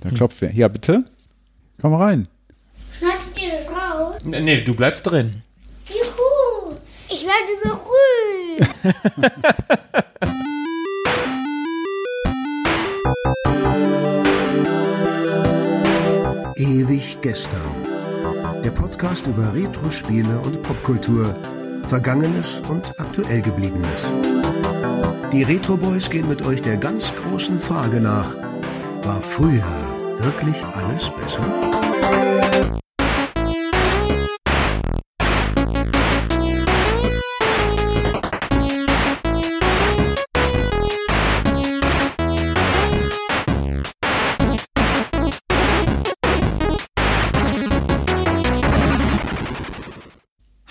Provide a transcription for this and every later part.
Da klopft wer. Ja, bitte. Komm rein. Schneidet ihr das raus? Nee, nee, du bleibst drin. Juhu! Ich werde berühmt! Ewig gestern. Der Podcast über Retro-Spiele und Popkultur. Vergangenes und aktuell gebliebenes. Die Retro Boys gehen mit euch der ganz großen Frage nach. War früher wirklich alles besser?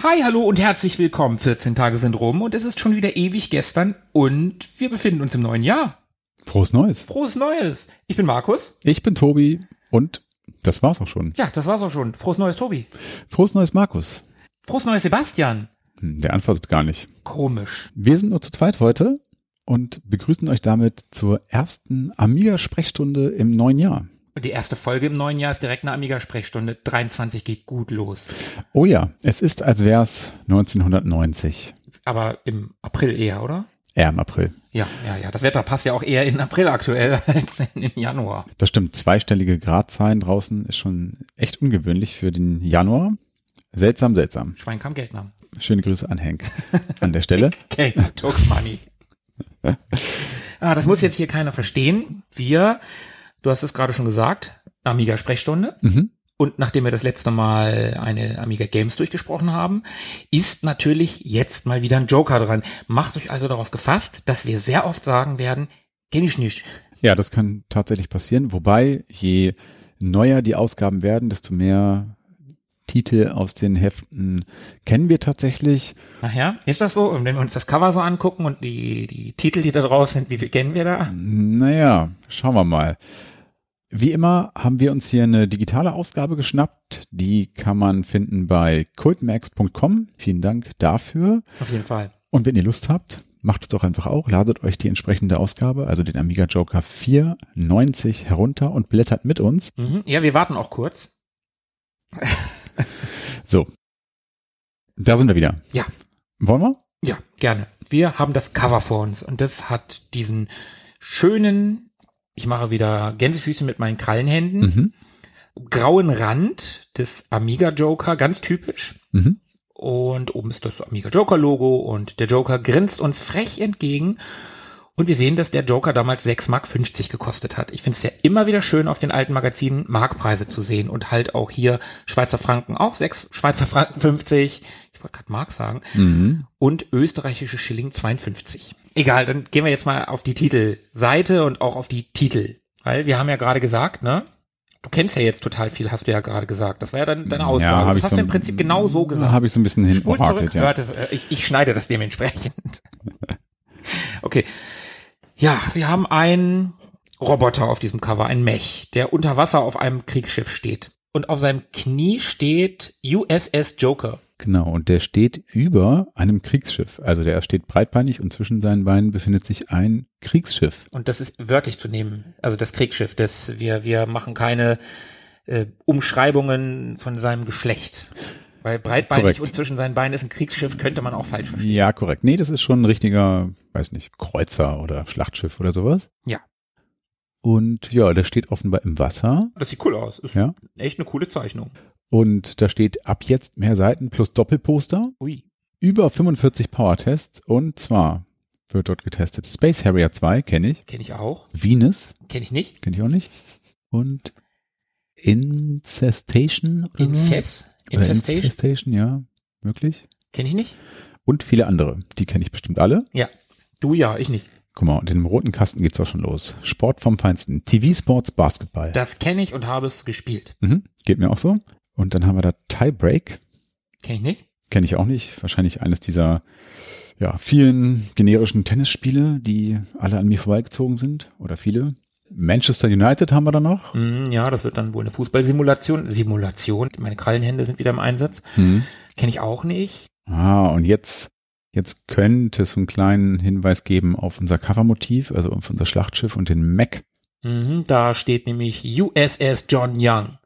Hi, hallo und herzlich willkommen. 14 Tage sind rum und es ist schon wieder ewig gestern und wir befinden uns im neuen Jahr. Frohes Neues. Frohes Neues. Ich bin Markus. Ich bin Tobi und das war's auch schon. Ja, das war's auch schon. Frohes Neues, Tobi. Frohes Neues, Markus. Frohes Neues, Sebastian. Hm, Der antwortet gar nicht. Komisch. Wir sind nur zu zweit heute und begrüßen euch damit zur ersten Amiga-Sprechstunde im neuen Jahr. Und die erste Folge im neuen Jahr ist direkt eine Amiga-Sprechstunde. 23 geht gut los. Oh ja, es ist, als wär's 1990. Aber im April eher, oder? Ja, im April. Ja, ja, ja. Das Wetter passt ja auch eher in April aktuell als im Januar. Das stimmt, zweistellige Gradzahlen draußen ist schon echt ungewöhnlich für den Januar. Seltsam, seltsam. Schwein kam Geld nahm. Schöne Grüße an Henk an der Stelle. Okay, took money. ah, das muss jetzt hier keiner verstehen. Wir, du hast es gerade schon gesagt, Amiga-Sprechstunde. Mhm. Und nachdem wir das letzte Mal eine Amiga Games durchgesprochen haben, ist natürlich jetzt mal wieder ein Joker dran. Macht euch also darauf gefasst, dass wir sehr oft sagen werden, kenn ich nicht. Ja, das kann tatsächlich passieren. Wobei, je neuer die Ausgaben werden, desto mehr Titel aus den Heften kennen wir tatsächlich. Nachher, ist das so? Und wenn wir uns das Cover so angucken und die, die Titel, die da drauf sind, wie viel kennen wir da? Naja, schauen wir mal. Wie immer haben wir uns hier eine digitale Ausgabe geschnappt. Die kann man finden bei cultmax.com. Vielen Dank dafür. Auf jeden Fall. Und wenn ihr Lust habt, macht es doch einfach auch. Ladet euch die entsprechende Ausgabe, also den Amiga Joker 490 herunter und blättert mit uns. Mhm. Ja, wir warten auch kurz. So. Da sind wir wieder. Ja. Wollen wir? Ja, gerne. Wir haben das Cover vor uns und das hat diesen schönen, ich mache wieder Gänsefüße mit meinen Krallenhänden, Mhm. grauen Rand des Amiga Joker, ganz typisch. Mhm. Und oben ist das Amiga Joker Logo und der Joker grinst uns frech entgegen. Und wir sehen, dass der Joker damals 6,50 Mark gekostet hat. Ich finde es ja immer wieder schön, auf den alten Magazinen Markpreise zu sehen und halt auch hier Schweizer Franken, auch 6 Schweizer Franken 50. Ich wollte gerade Mark sagen Mhm. und österreichische Schilling 52. Egal, dann gehen wir jetzt mal auf die Titelseite und auch auf die Titel. Weil wir haben ja gerade gesagt, ne? Du kennst ja jetzt total viel, hast du ja gerade gesagt. Das war ja dann deine Aussage. hab das ich hast so du im ein- Prinzip genau so gesagt. Habe ich so ein bisschen hin Spul zurück, orakelt, ja. hört es, äh, ich, ich schneide das dementsprechend. Okay. Ja, wir haben einen Roboter auf diesem Cover, ein Mech, der unter Wasser auf einem Kriegsschiff steht. Und auf seinem Knie steht USS Joker. Genau, und der steht über einem Kriegsschiff. Also der steht breitbeinig und zwischen seinen Beinen befindet sich ein Kriegsschiff. Und das ist wörtlich zu nehmen. Also das Kriegsschiff, das wir, wir machen keine äh, Umschreibungen von seinem Geschlecht. Weil breitbeinig Korrekt. und zwischen seinen Beinen ist ein Kriegsschiff, könnte man auch falsch verstehen. Ja, korrekt. Nee, das ist schon ein richtiger, weiß nicht, Kreuzer oder Schlachtschiff oder sowas. Ja. Und ja, der steht offenbar im Wasser. Das sieht cool aus. Ist Ja. echt eine coole Zeichnung. Und da steht ab jetzt mehr Seiten plus Doppelposter. Ui. Über 45 Powertests. Und zwar wird dort getestet Space Harrier 2, kenne ich. Kenne ich auch. Venus, Kenne ich nicht. kenne ich auch nicht. Und Incestation. oder so. Incest. Oder Infestation. Infestation, ja, möglich. Kenne ich nicht. Und viele andere. Die kenne ich bestimmt alle. Ja. Du ja, ich nicht. Guck mal, und in dem roten Kasten geht's auch schon los. Sport vom Feinsten. TV-Sports, Basketball. Das kenne ich und habe es gespielt. Mhm, geht mir auch so. Und dann haben wir da Tiebreak. Kenne ich nicht. Kenne ich auch nicht. Wahrscheinlich eines dieser ja, vielen generischen Tennisspiele, die alle an mir vorbeigezogen sind. Oder viele. Manchester United haben wir da noch. Hm, ja, das wird dann wohl eine Fußballsimulation. Simulation. Meine Krallenhände sind wieder im Einsatz. Mhm. Kenne ich auch nicht. Ah, und jetzt, jetzt könnte es einen kleinen Hinweis geben auf unser Covermotiv, also auf unser Schlachtschiff und den Mac. Mhm, da steht nämlich USS John Young.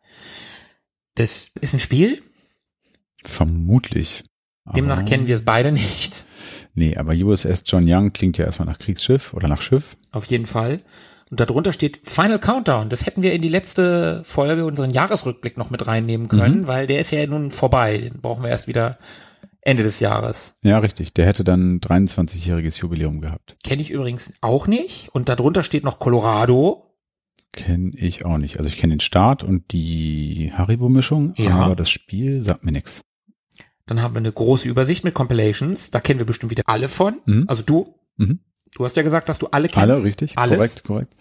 Das ist ein Spiel, Vermutlich. demnach Aber- kennen wir es beide nicht. Nee, aber USS John Young klingt ja erstmal nach Kriegsschiff oder nach Schiff. Auf jeden Fall. Und darunter steht Final Countdown. Das hätten wir in die letzte Folge unseren Jahresrückblick noch mit Mhm. reinnehmen können, weil der ist ja nun vorbei. Den brauchen wir erst wieder Ende des Jahres. Ja, richtig. Der hätte dann 23-jähriges Jubiläum gehabt. Kenne ich übrigens auch nicht. Und darunter steht noch Colorado. Kenn ich auch nicht. Also ich kenne den Start und die Haribo-Mischung, Ja. aber das Spiel sagt mir nichts. Dann haben wir eine große Übersicht mit Compilations. Da kennen wir bestimmt wieder alle von. Mhm. Also du, Mhm. du hast ja gesagt, dass du alle kennst. Alle richtig? Alles. Korrekt, korrekt.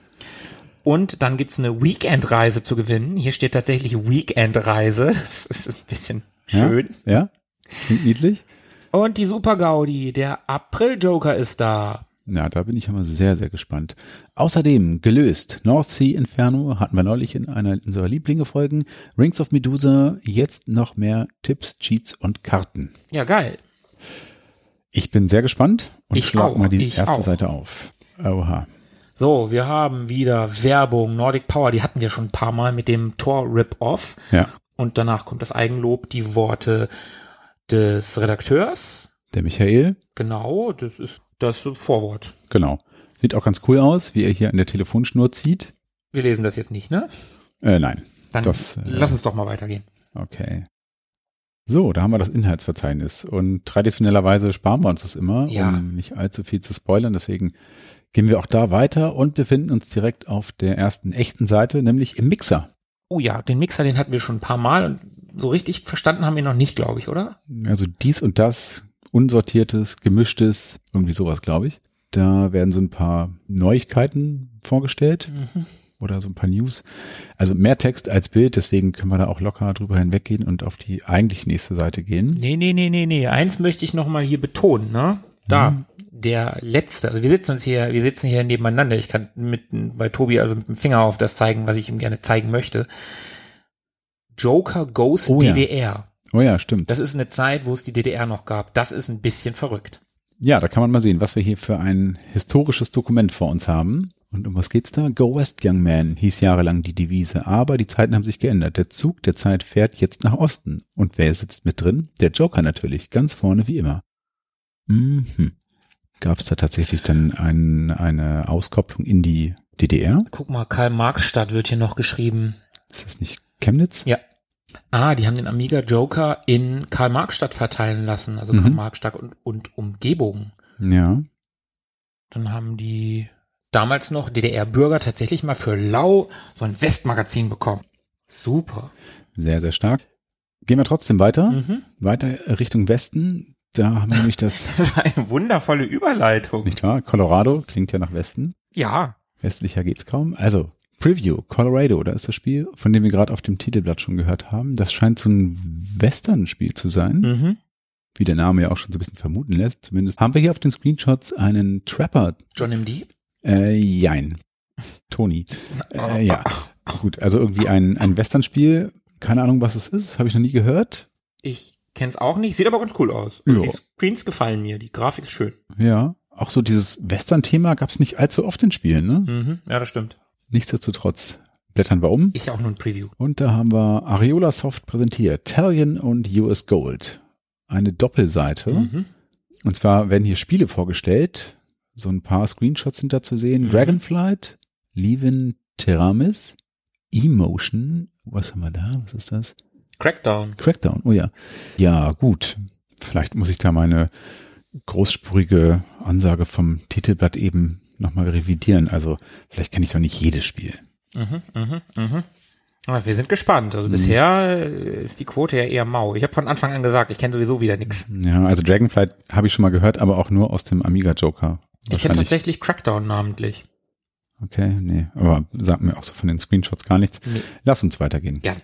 Und dann gibt's eine Weekend-Reise zu gewinnen. Hier steht tatsächlich Weekend-Reise. Das ist ein bisschen schön. Ja? ja? Klingt niedlich? Und die Super Gaudi, der April-Joker ist da. Na, da bin ich aber sehr, sehr gespannt. Außerdem gelöst. North Sea Inferno hatten wir neulich in einer unserer Lieblinge-Folgen. Rings of Medusa, jetzt noch mehr Tipps, Cheats und Karten. Ja, geil. Ich bin sehr gespannt und Ich schlag auch, mal die ich erste auch. Seite auf. Oha. So, wir haben wieder Werbung, Nordic Power, die hatten wir schon ein paar Mal mit dem Tor-Rip-Off. Ja, Und danach kommt das Eigenlob, die Worte des Redakteurs. der Michael, Genau, das ist das Vorwort. genau. Sieht auch ganz cool aus, wie er hier an der Telefonschnur zieht. Wir lesen das jetzt nicht, ne? Äh, nein. Dann Das, äh, lass uns doch mal weitergehen. Okay. So, da haben wir das Inhaltsverzeichnis. Und traditionellerweise sparen wir uns das immer, Ja. um nicht allzu viel zu spoilern. Deswegen gehen wir auch da weiter und befinden uns direkt auf der ersten echten Seite, nämlich im Mixer. Oh ja, den Mixer, den hatten wir schon ein paar Mal und so richtig verstanden haben wir ihn noch nicht, glaube ich, oder? Also dies und das, unsortiertes, gemischtes, irgendwie sowas, glaube ich. Da werden so ein paar Neuigkeiten vorgestellt oder so ein paar News. Also mehr Text als Bild, deswegen können wir da auch locker drüber hinweggehen und auf die eigentlich nächste Seite gehen. Nee, nee, nee, nee, nee. Eins möchte ich nochmal hier betonen, ne? Da. Mhm. Der letzte, also wir sitzen uns hier, wir sitzen hier nebeneinander. Ich kann mit, bei Tobi also mit dem Finger auf das zeigen, was ich ihm gerne zeigen möchte. Joker Goes Oh ja. DDR. Oh ja, stimmt. Das ist eine Zeit, wo es die DDR noch gab. Das ist ein bisschen verrückt. Ja, da kann man mal sehen, was wir hier für ein historisches Dokument vor uns haben. Und um was geht's da? Go West, Young Man, hieß jahrelang die Devise. Aber die Zeiten haben sich geändert. Der Zug der Zeit fährt jetzt nach Osten. Und wer sitzt mit drin? Der Joker natürlich. Ganz vorne wie immer. Mhm. Gab's da tatsächlich dann ein, eine Auskopplung in die DDR? Guck mal, Karl-Marx-Stadt wird hier noch geschrieben. Ist das nicht Chemnitz? Ja. Ah, die haben den Amiga Joker in Karl-Marx-Stadt verteilen lassen, also Mhm. Karl-Marx-Stadt und, und Umgebung. Ja. Dann haben die damals noch DDR-Bürger tatsächlich mal für lau so ein Westmagazin bekommen. Super. Sehr, sehr stark. Gehen wir trotzdem weiter. Mhm. Weiter Richtung Westen. Da haben wir nämlich das, Das war eine wundervolle Überleitung. nicht wahr? Colorado klingt ja nach Westen. Ja. Westlicher geht's kaum. Also, Preview, Colorado, da ist das Spiel, von dem wir gerade auf dem Titelblatt schon gehört haben. Das scheint so ein Western-Spiel zu sein, Mhm. wie der Name ja auch schon so ein bisschen vermuten lässt. Zumindest haben wir hier auf den Screenshots einen Trapper. John M.D. Äh, jein. Tony. Äh, ja. Gut, also irgendwie ein, ein Western-Spiel. Keine Ahnung, was es ist, habe ich noch nie gehört. Ich kenn's auch nicht, sieht aber ganz cool aus. Ja. Und Die Screens gefallen mir, die Grafik ist schön. Ja. Auch so dieses Western-Thema gab's nicht allzu oft in Spielen, ne? Mhm. Ja, das stimmt. Nichtsdestotrotz blättern wir um. Ist ja auch nur ein Preview. Und da haben wir Areola Soft präsentiert, Talion und US Gold. Eine Doppelseite. Mhm. Und zwar werden hier Spiele vorgestellt. So ein paar Screenshots sind da zu sehen. Mhm. Dragonflight, Levin Teramis, Emotion. Was haben wir da? Was ist das? Crackdown. Crackdown. Oh ja. Ja, gut. Vielleicht muss ich da meine großspurige Ansage vom Titelblatt eben nochmal revidieren. Also vielleicht kenne ich doch nicht jedes Spiel. Mhm, mhm, mhm. Aber wir sind gespannt. Also bisher äh, ist die Quote ja eher mau. Ich habe von Anfang an gesagt, ich kenne sowieso wieder nichts. Ja, also Dragonflight habe ich schon mal gehört, aber auch nur aus dem Amiga Joker. Ich kenne tatsächlich Crackdown namentlich. Okay, nee, aber sagt mir auch so von den Screenshots gar nichts. Nee. Lass uns weitergehen. Gern.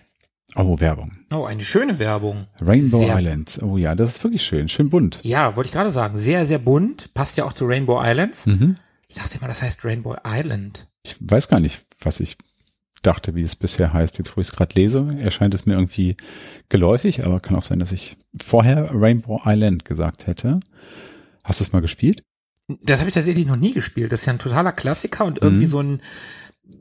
Oh, Werbung. Oh, eine schöne Werbung. Rainbow sehr, Islands. Oh ja, das ist wirklich schön, schön bunt. Ja, wollte ich gerade sagen. Sehr, sehr bunt. Passt ja auch zu Rainbow Islands. Mhm. Ich dachte immer, das heißt Rainbow Island. Ich weiß gar nicht, was ich dachte, wie es bisher heißt. Jetzt, wo ich es gerade lese, erscheint es mir irgendwie geläufig, aber kann auch sein, dass ich vorher Rainbow Island gesagt hätte. Hast du es mal gespielt? Das habe ich tatsächlich noch nie gespielt. Das ist ja ein totaler Klassiker und irgendwie Mhm. so ein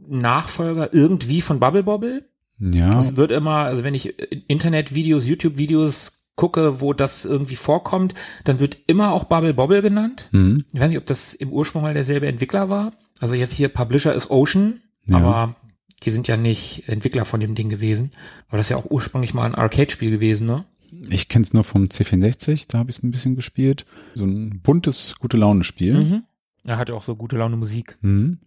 Nachfolger irgendwie von Bubble Bobble. Ja, Das wird immer, also wenn ich Internetvideos, YouTube-Videos gucke, wo das irgendwie vorkommt, dann wird immer auch Bubble Bobble genannt. mhm. Ich weiß nicht, ob das im Ursprung mal derselbe Entwickler war. Also jetzt hier Publisher ist Ocean, Ja. aber die sind ja nicht Entwickler von dem Ding gewesen. Aber das ist ja auch ursprünglich mal ein Arcade-Spiel gewesen, ne? ich kenne es nur vom C64, da habe ich es ein bisschen gespielt. So ein buntes, gute Laune-Spiel. Mhm. Er hatte auch so gute Laune Musik. Äh,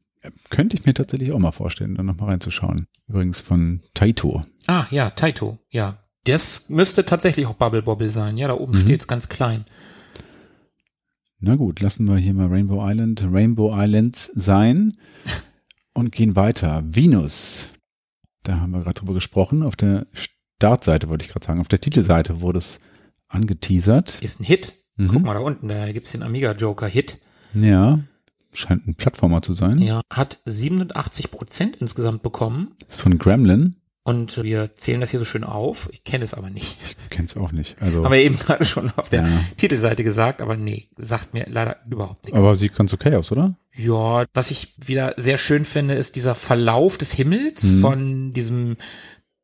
Könnte ich mir tatsächlich auch mal vorstellen, dann nochmal reinzuschauen. Übrigens von Taito. Ah, ja, Taito, ja. Das müsste tatsächlich auch Bubble Bobble sein. Ja, da oben Mhm. steht's ganz klein. Na gut, lassen wir hier mal Rainbow Island, Rainbow Islands sein und gehen weiter. Venus, da haben wir gerade drüber gesprochen. Auf der Startseite wollte ich gerade sagen, auf der Titelseite wurde es angeteasert. Ist ein Hit. Mhm. Guck mal da unten, da gibt's den Amiga Joker Hit. Ja, scheint ein Plattformer zu sein. Ja, hat 87 Prozent insgesamt bekommen. Ist von Gremlin. Und wir zählen das hier so schön auf. Ich kenne es aber nicht. Kenn's auch nicht. Also, Haben aber, wir eben gerade schon auf der Ja. Titelseite gesagt, aber nee, sagt mir leider überhaupt nichts. sieht ganz okay aus, oder? ja, was ich wieder sehr schön finde, ist dieser Verlauf des Himmels Mhm. von diesem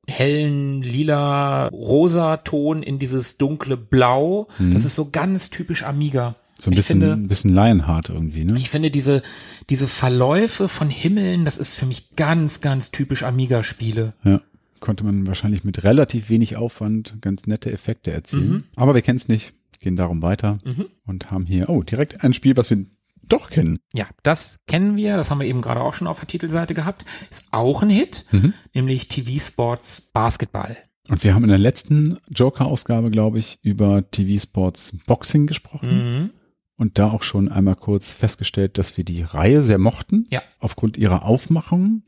hellen lila rosa Ton in dieses dunkle Blau. Das ist so ganz typisch Amiga. Mhm. So ein ich bisschen, finde, ein bisschen Lionheart irgendwie, ne? ich finde diese, diese Verläufe von Himmeln, das ist für mich ganz, ganz typisch Amiga-Spiele. Ja. Konnte man wahrscheinlich mit relativ wenig Aufwand ganz nette Effekte erzielen. Mhm. Aber wir kennen's nicht, gehen darum weiter und haben hier, oh, direkt ein Spiel, was wir doch kennen. Ja, das kennen wir, das haben wir eben gerade auch schon auf der Titelseite gehabt. Ist auch ein Hit, Mhm. nämlich TV Sports Basketball. Und wir haben in der letzten Joker-Ausgabe, glaube ich, über TV Sports Boxing gesprochen Mhm. und da auch schon einmal kurz festgestellt, dass wir die Reihe sehr mochten. Ja. Aufgrund ihrer Aufmachung.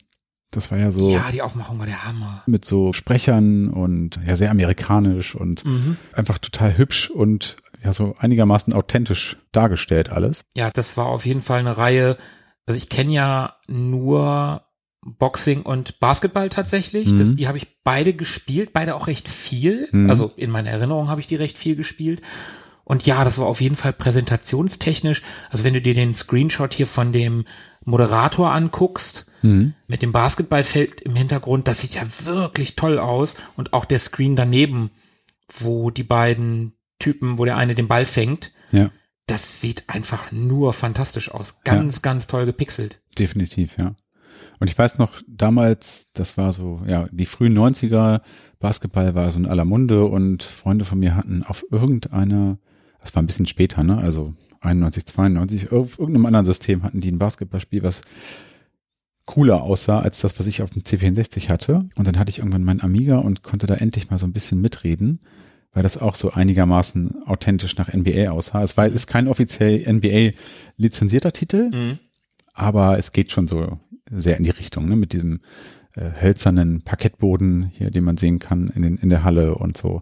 Das war ja so. Ja, die Aufmachung war der Hammer. mit so Sprechern und ja, sehr amerikanisch und Mhm. einfach total hübsch und ja, so einigermaßen authentisch dargestellt alles. Ja, das war auf jeden Fall eine Reihe. Also ich kenne ja nur Boxing und Basketball tatsächlich. Mhm. Das, die habe ich beide gespielt, beide auch recht viel. Mhm. Also in meiner Erinnerung habe ich die recht viel gespielt. Und ja, das war auf jeden Fall präsentationstechnisch. Also wenn du dir den Screenshot hier von dem Moderator anguckst, mit dem Basketballfeld im Hintergrund, das sieht ja wirklich toll aus. Und auch der Screen daneben, wo die beiden Typen, wo der eine den Ball fängt, Ja, das sieht einfach nur fantastisch aus. Ganz, ganz toll gepixelt. definitiv, ja. Und ich weiß noch, damals, das war so, ja, die frühen 90er, Basketball war so in aller Munde und Freunde von mir hatten auf irgendeiner, das war ein bisschen später, ne, also 91, 92, auf irgendeinem anderen System hatten die ein Basketballspiel, was cooler aussah als das, was ich auf dem C64 hatte. Und dann hatte ich irgendwann meinen Amiga und konnte da endlich mal so ein bisschen mitreden, weil das auch so einigermaßen authentisch nach NBA aussah. Es war, ist kein offiziell NBA lizenzierter Titel, aber es geht schon so sehr in die Richtung, ne? mit diesem äh, hölzernen Parkettboden hier, den man sehen kann in, den, in der Halle und so.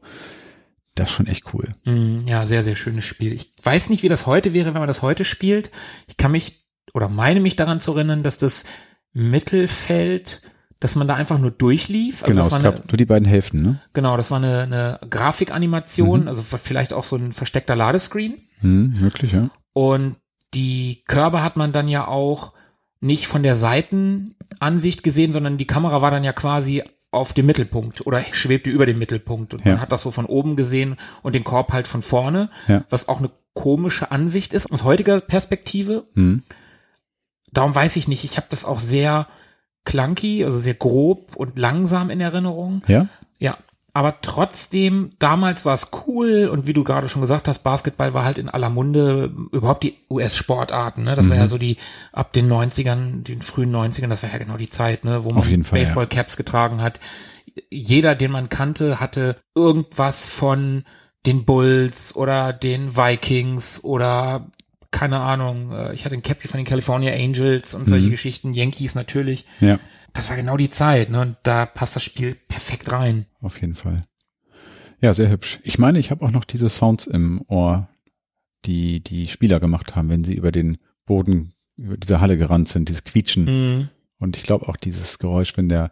Das ist schon echt cool. Mm, Ja, sehr, sehr schönes Spiel. Ich weiß nicht, wie das heute wäre, wenn man das heute spielt. Ich kann mich oder meine mich daran zu erinnern, dass das Mittelfeld, dass man da einfach nur durchlief. Also genau, das es war gab eine, nur die beiden Hälften, ne? genau, das war eine, eine Grafikanimation, Mhm. also vielleicht auch so ein versteckter Ladescreen. Hm, wirklich, ja. Und die Körbe hat man dann ja auch nicht von der Seitenansicht gesehen, sondern die Kamera war dann ja quasi auf dem Mittelpunkt oder schwebte über dem Mittelpunkt. Und Ja. man hat das so von oben gesehen und den Korb halt von vorne, Ja. was auch eine komische Ansicht ist aus heutiger Perspektive. Hm. Darum weiß ich nicht. Ich habe das auch sehr clunky, also sehr grob und langsam in Erinnerung. Ja? Ja, aber trotzdem, damals war es cool und wie du gerade schon gesagt hast, Basketball war halt in aller Munde, überhaupt die US-Sportarten, ne? Das war Mhm. ja so die ab den 90ern, den frühen 90ern, das war ja genau die Zeit, ne, wo man jeden Fall, ja. Baseball-Caps getragen hat. Jeder, den man kannte, hatte irgendwas von den Bulls oder den Vikings oder keine Ahnung, äh, ich hatte ein Cappy von den California Angels und Mhm. solche Geschichten, Yankees natürlich. Ja, Das war genau die Zeit, ne? Und da passt das Spiel perfekt rein. auf jeden Fall. Ja, sehr hübsch. Ich meine, ich habe auch noch diese Sounds im Ohr, die die Spieler gemacht haben, wenn sie über den Boden, über diese Halle gerannt sind, dieses Quietschen. Mhm. Und ich glaube auch dieses Geräusch, wenn der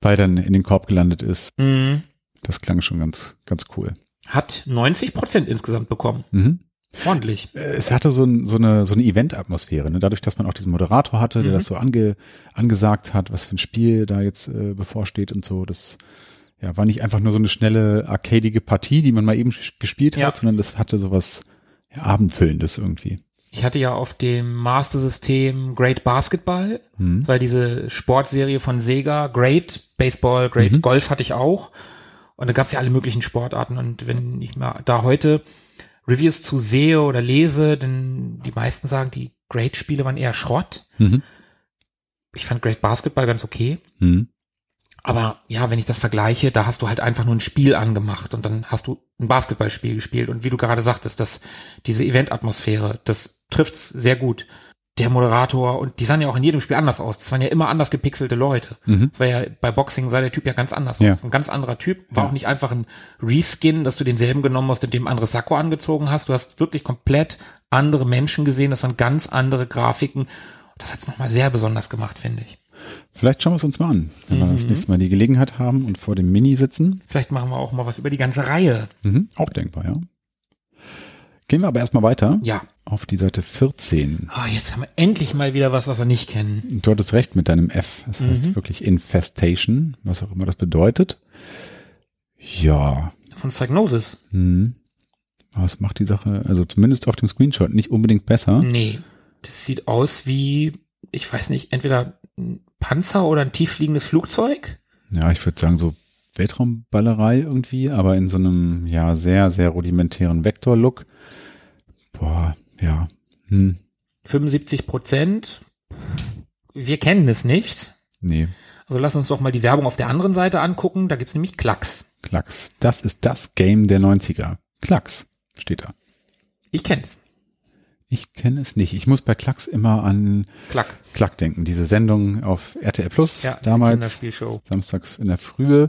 Ball dann in den Korb gelandet ist, Mhm. das klang schon ganz, ganz cool. Hat 90 Prozent insgesamt bekommen. Mhm. Ordentlich. es hatte so, ein, so eine, so eine Event-Atmosphäre, ne? dadurch, dass man auch diesen Moderator hatte, der das Mhm. so ange, angesagt hat, was für ein Spiel da jetzt äh, bevorsteht und so. Das ja, war nicht einfach nur so eine schnelle, arcadige Partie, die man mal eben sch- gespielt hat, Ja. sondern das hatte sowas ja, Abendfüllendes irgendwie. Ich hatte ja auf dem Master System Great Basketball, das war diese Sportserie von Sega, Great Baseball, Great Golf hatte ich auch. Und da gab es ja alle möglichen Sportarten. Und wenn ich mal da heute Reviews zu sehe oder lese, dann die meisten sagen, die Great-Spiele waren eher Schrott. Mhm. Ich fand Great Basketball ganz okay. Mhm. Aber ja, wenn ich das vergleiche, da hast du halt einfach nur ein Spiel angemacht und dann hast du ein Basketballspiel gespielt. Und wie du gerade sagtest, das, diese Eventatmosphäre, das trifft's sehr gut. Der Moderator und die sahen ja auch in jedem Spiel anders aus. Das waren ja immer anders gepixelte Leute. Mhm. Das war ja, bei Boxing sah der Typ ja ganz anders Ja. aus. Ein ganz anderer Typ. War Ja. auch nicht einfach ein Reskin, dass du denselben genommen hast und dem anderes Sakko angezogen hast. Du hast wirklich komplett andere Menschen gesehen. Das waren ganz andere Grafiken. Das hat's nochmal sehr besonders gemacht, finde ich. Vielleicht schauen wir es uns mal an, wenn wir das Mhm. nächste Mal die Gelegenheit haben und vor dem Mini sitzen. Vielleicht machen wir auch mal was über die ganze Reihe. Mhm. Auch denkbar, ja. Gehen wir aber erstmal weiter Ja. auf die Seite 14. Ah, jetzt haben wir endlich mal wieder was, was wir nicht kennen. Du hattest recht mit deinem F. Das heißt wirklich Infestation, was auch immer das bedeutet. Ja, Von Psygnosis. hm. was macht die Sache, also zumindest auf dem Screenshot, nicht unbedingt besser. Nee. Das sieht aus wie, ich weiß nicht, entweder ein Panzer oder ein tieffliegendes Flugzeug. Ja, ich würde sagen, so Weltraumballerei irgendwie, aber in so einem, ja, sehr, sehr rudimentären Vektor-Look. Boah, ja. Hm. 75 Prozent. Wir kennen es nicht. Nee, Also lass uns doch mal die Werbung auf der anderen Seite angucken. Da gibt's nämlich Klacks. Klacks. Das ist das Game der 90er. Klacks steht da. Ich kenn's. Ich kenne es nicht. Ich muss bei Klacks immer an Klack. Klack denken. Diese Sendung auf RTL Plus Ja, damals, Kinderspielshow. samstags in der Frühe.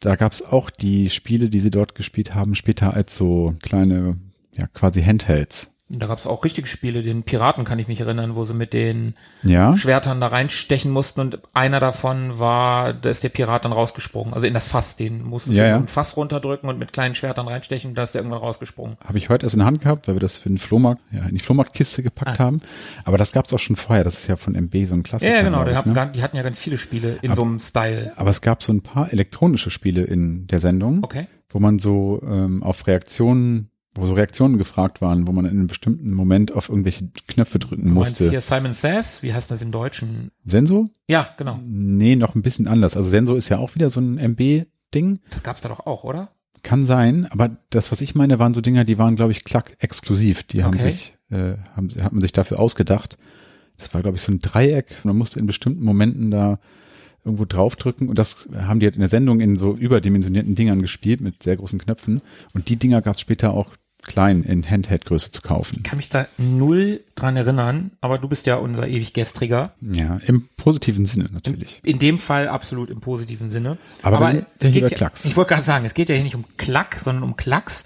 Da gab's auch die Spiele, die sie dort gespielt haben, später als so kleine, ja, quasi Handhelds. Und Da gab's auch richtige Spiele. Den Piraten kann ich mich erinnern, wo sie mit den Ja, Schwertern da reinstechen mussten und einer davon war, da ist der Pirat dann rausgesprungen. Also in das Fass, den musstest Ja, du ja. in ein Fass runterdrücken und mit kleinen Schwertern reinstechen und da ist der irgendwann rausgesprungen. habe ich heute erst in der Hand gehabt, weil wir das für den Flohmarkt, ja, in die Flohmarktkiste gepackt haben. Aber das gab's auch schon vorher. Das ist ja von MB so ein Ja, Klassiker. Ah. ja genau, glaub die, ich, hatten, ne? gar- die hatten ja ganz viele Spiele in so einem Style. Aber es gab so ein paar elektronische Spiele in der Sendung, Okay. wo man so ähm, auf Reaktionen, wo so Reaktionen gefragt waren, wo man in einem bestimmten Moment auf irgendwelche Knöpfe drücken Du meinst musste. hier Simon Says, wie heißt das im Deutschen? Senso? Ja, genau. Nee, noch ein bisschen anders. Also Senso ist ja auch wieder so ein MB-Ding. Das gab's da doch auch, oder? Kann sein, aber das, was ich meine, waren so Dinger, die waren, glaube ich, klack exklusiv. Die haben Okay. sich, äh, haben, hat man sich dafür ausgedacht. Das war, glaube ich, so ein Dreieck. Man musste in bestimmten Momenten da irgendwo draufdrücken. Und das haben die halt in der Sendung in so überdimensionierten Dingern gespielt mit sehr großen Knöpfen. Und die Dinger gab es später auch klein in Handheld-Größe zu kaufen. Kann mich da null dran erinnern, aber du bist ja unser ewig Gestriger. Ja, im positiven Sinne natürlich. In dem Fall absolut im positiven Sinne. Aber wir sind ja es hier geht bei ja, Klacks. Ich wollte gerade sagen, es geht ja hier nicht um Klack, sondern um Klacks.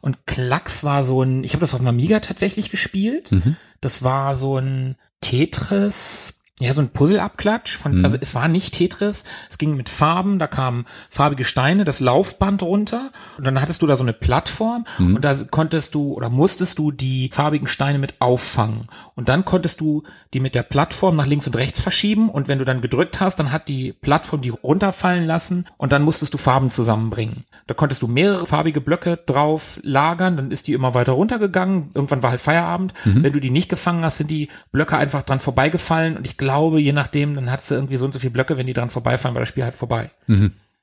Und Klacks war so ein, ich habe das auf dem Amiga tatsächlich gespielt. Mhm. Das war so ein Tetris, ja, so ein Puzzle-Abklatsch von, Mhm. also es war nicht Tetris, es ging mit Farben, da kamen farbige Steine, das Laufband runter und dann hattest du da so eine Plattform Mhm. und da konntest du oder musstest du die farbigen Steine mit auffangen und dann konntest du die mit der Plattform nach links und rechts verschieben und wenn du dann gedrückt hast, dann hat die Plattform die runterfallen lassen und dann musstest du Farben zusammenbringen. Da konntest du mehrere farbige Blöcke drauf lagern, dann ist die immer weiter runtergegangen. Irgendwann war halt Feierabend. Wenn du die nicht gefangen hast, sind die Blöcke einfach dran vorbeigefallen und ich glaube, je nachdem, dann hattest du irgendwie so und so viele Blöcke, wenn die dran vorbeifallen, war das Spiel halt vorbei.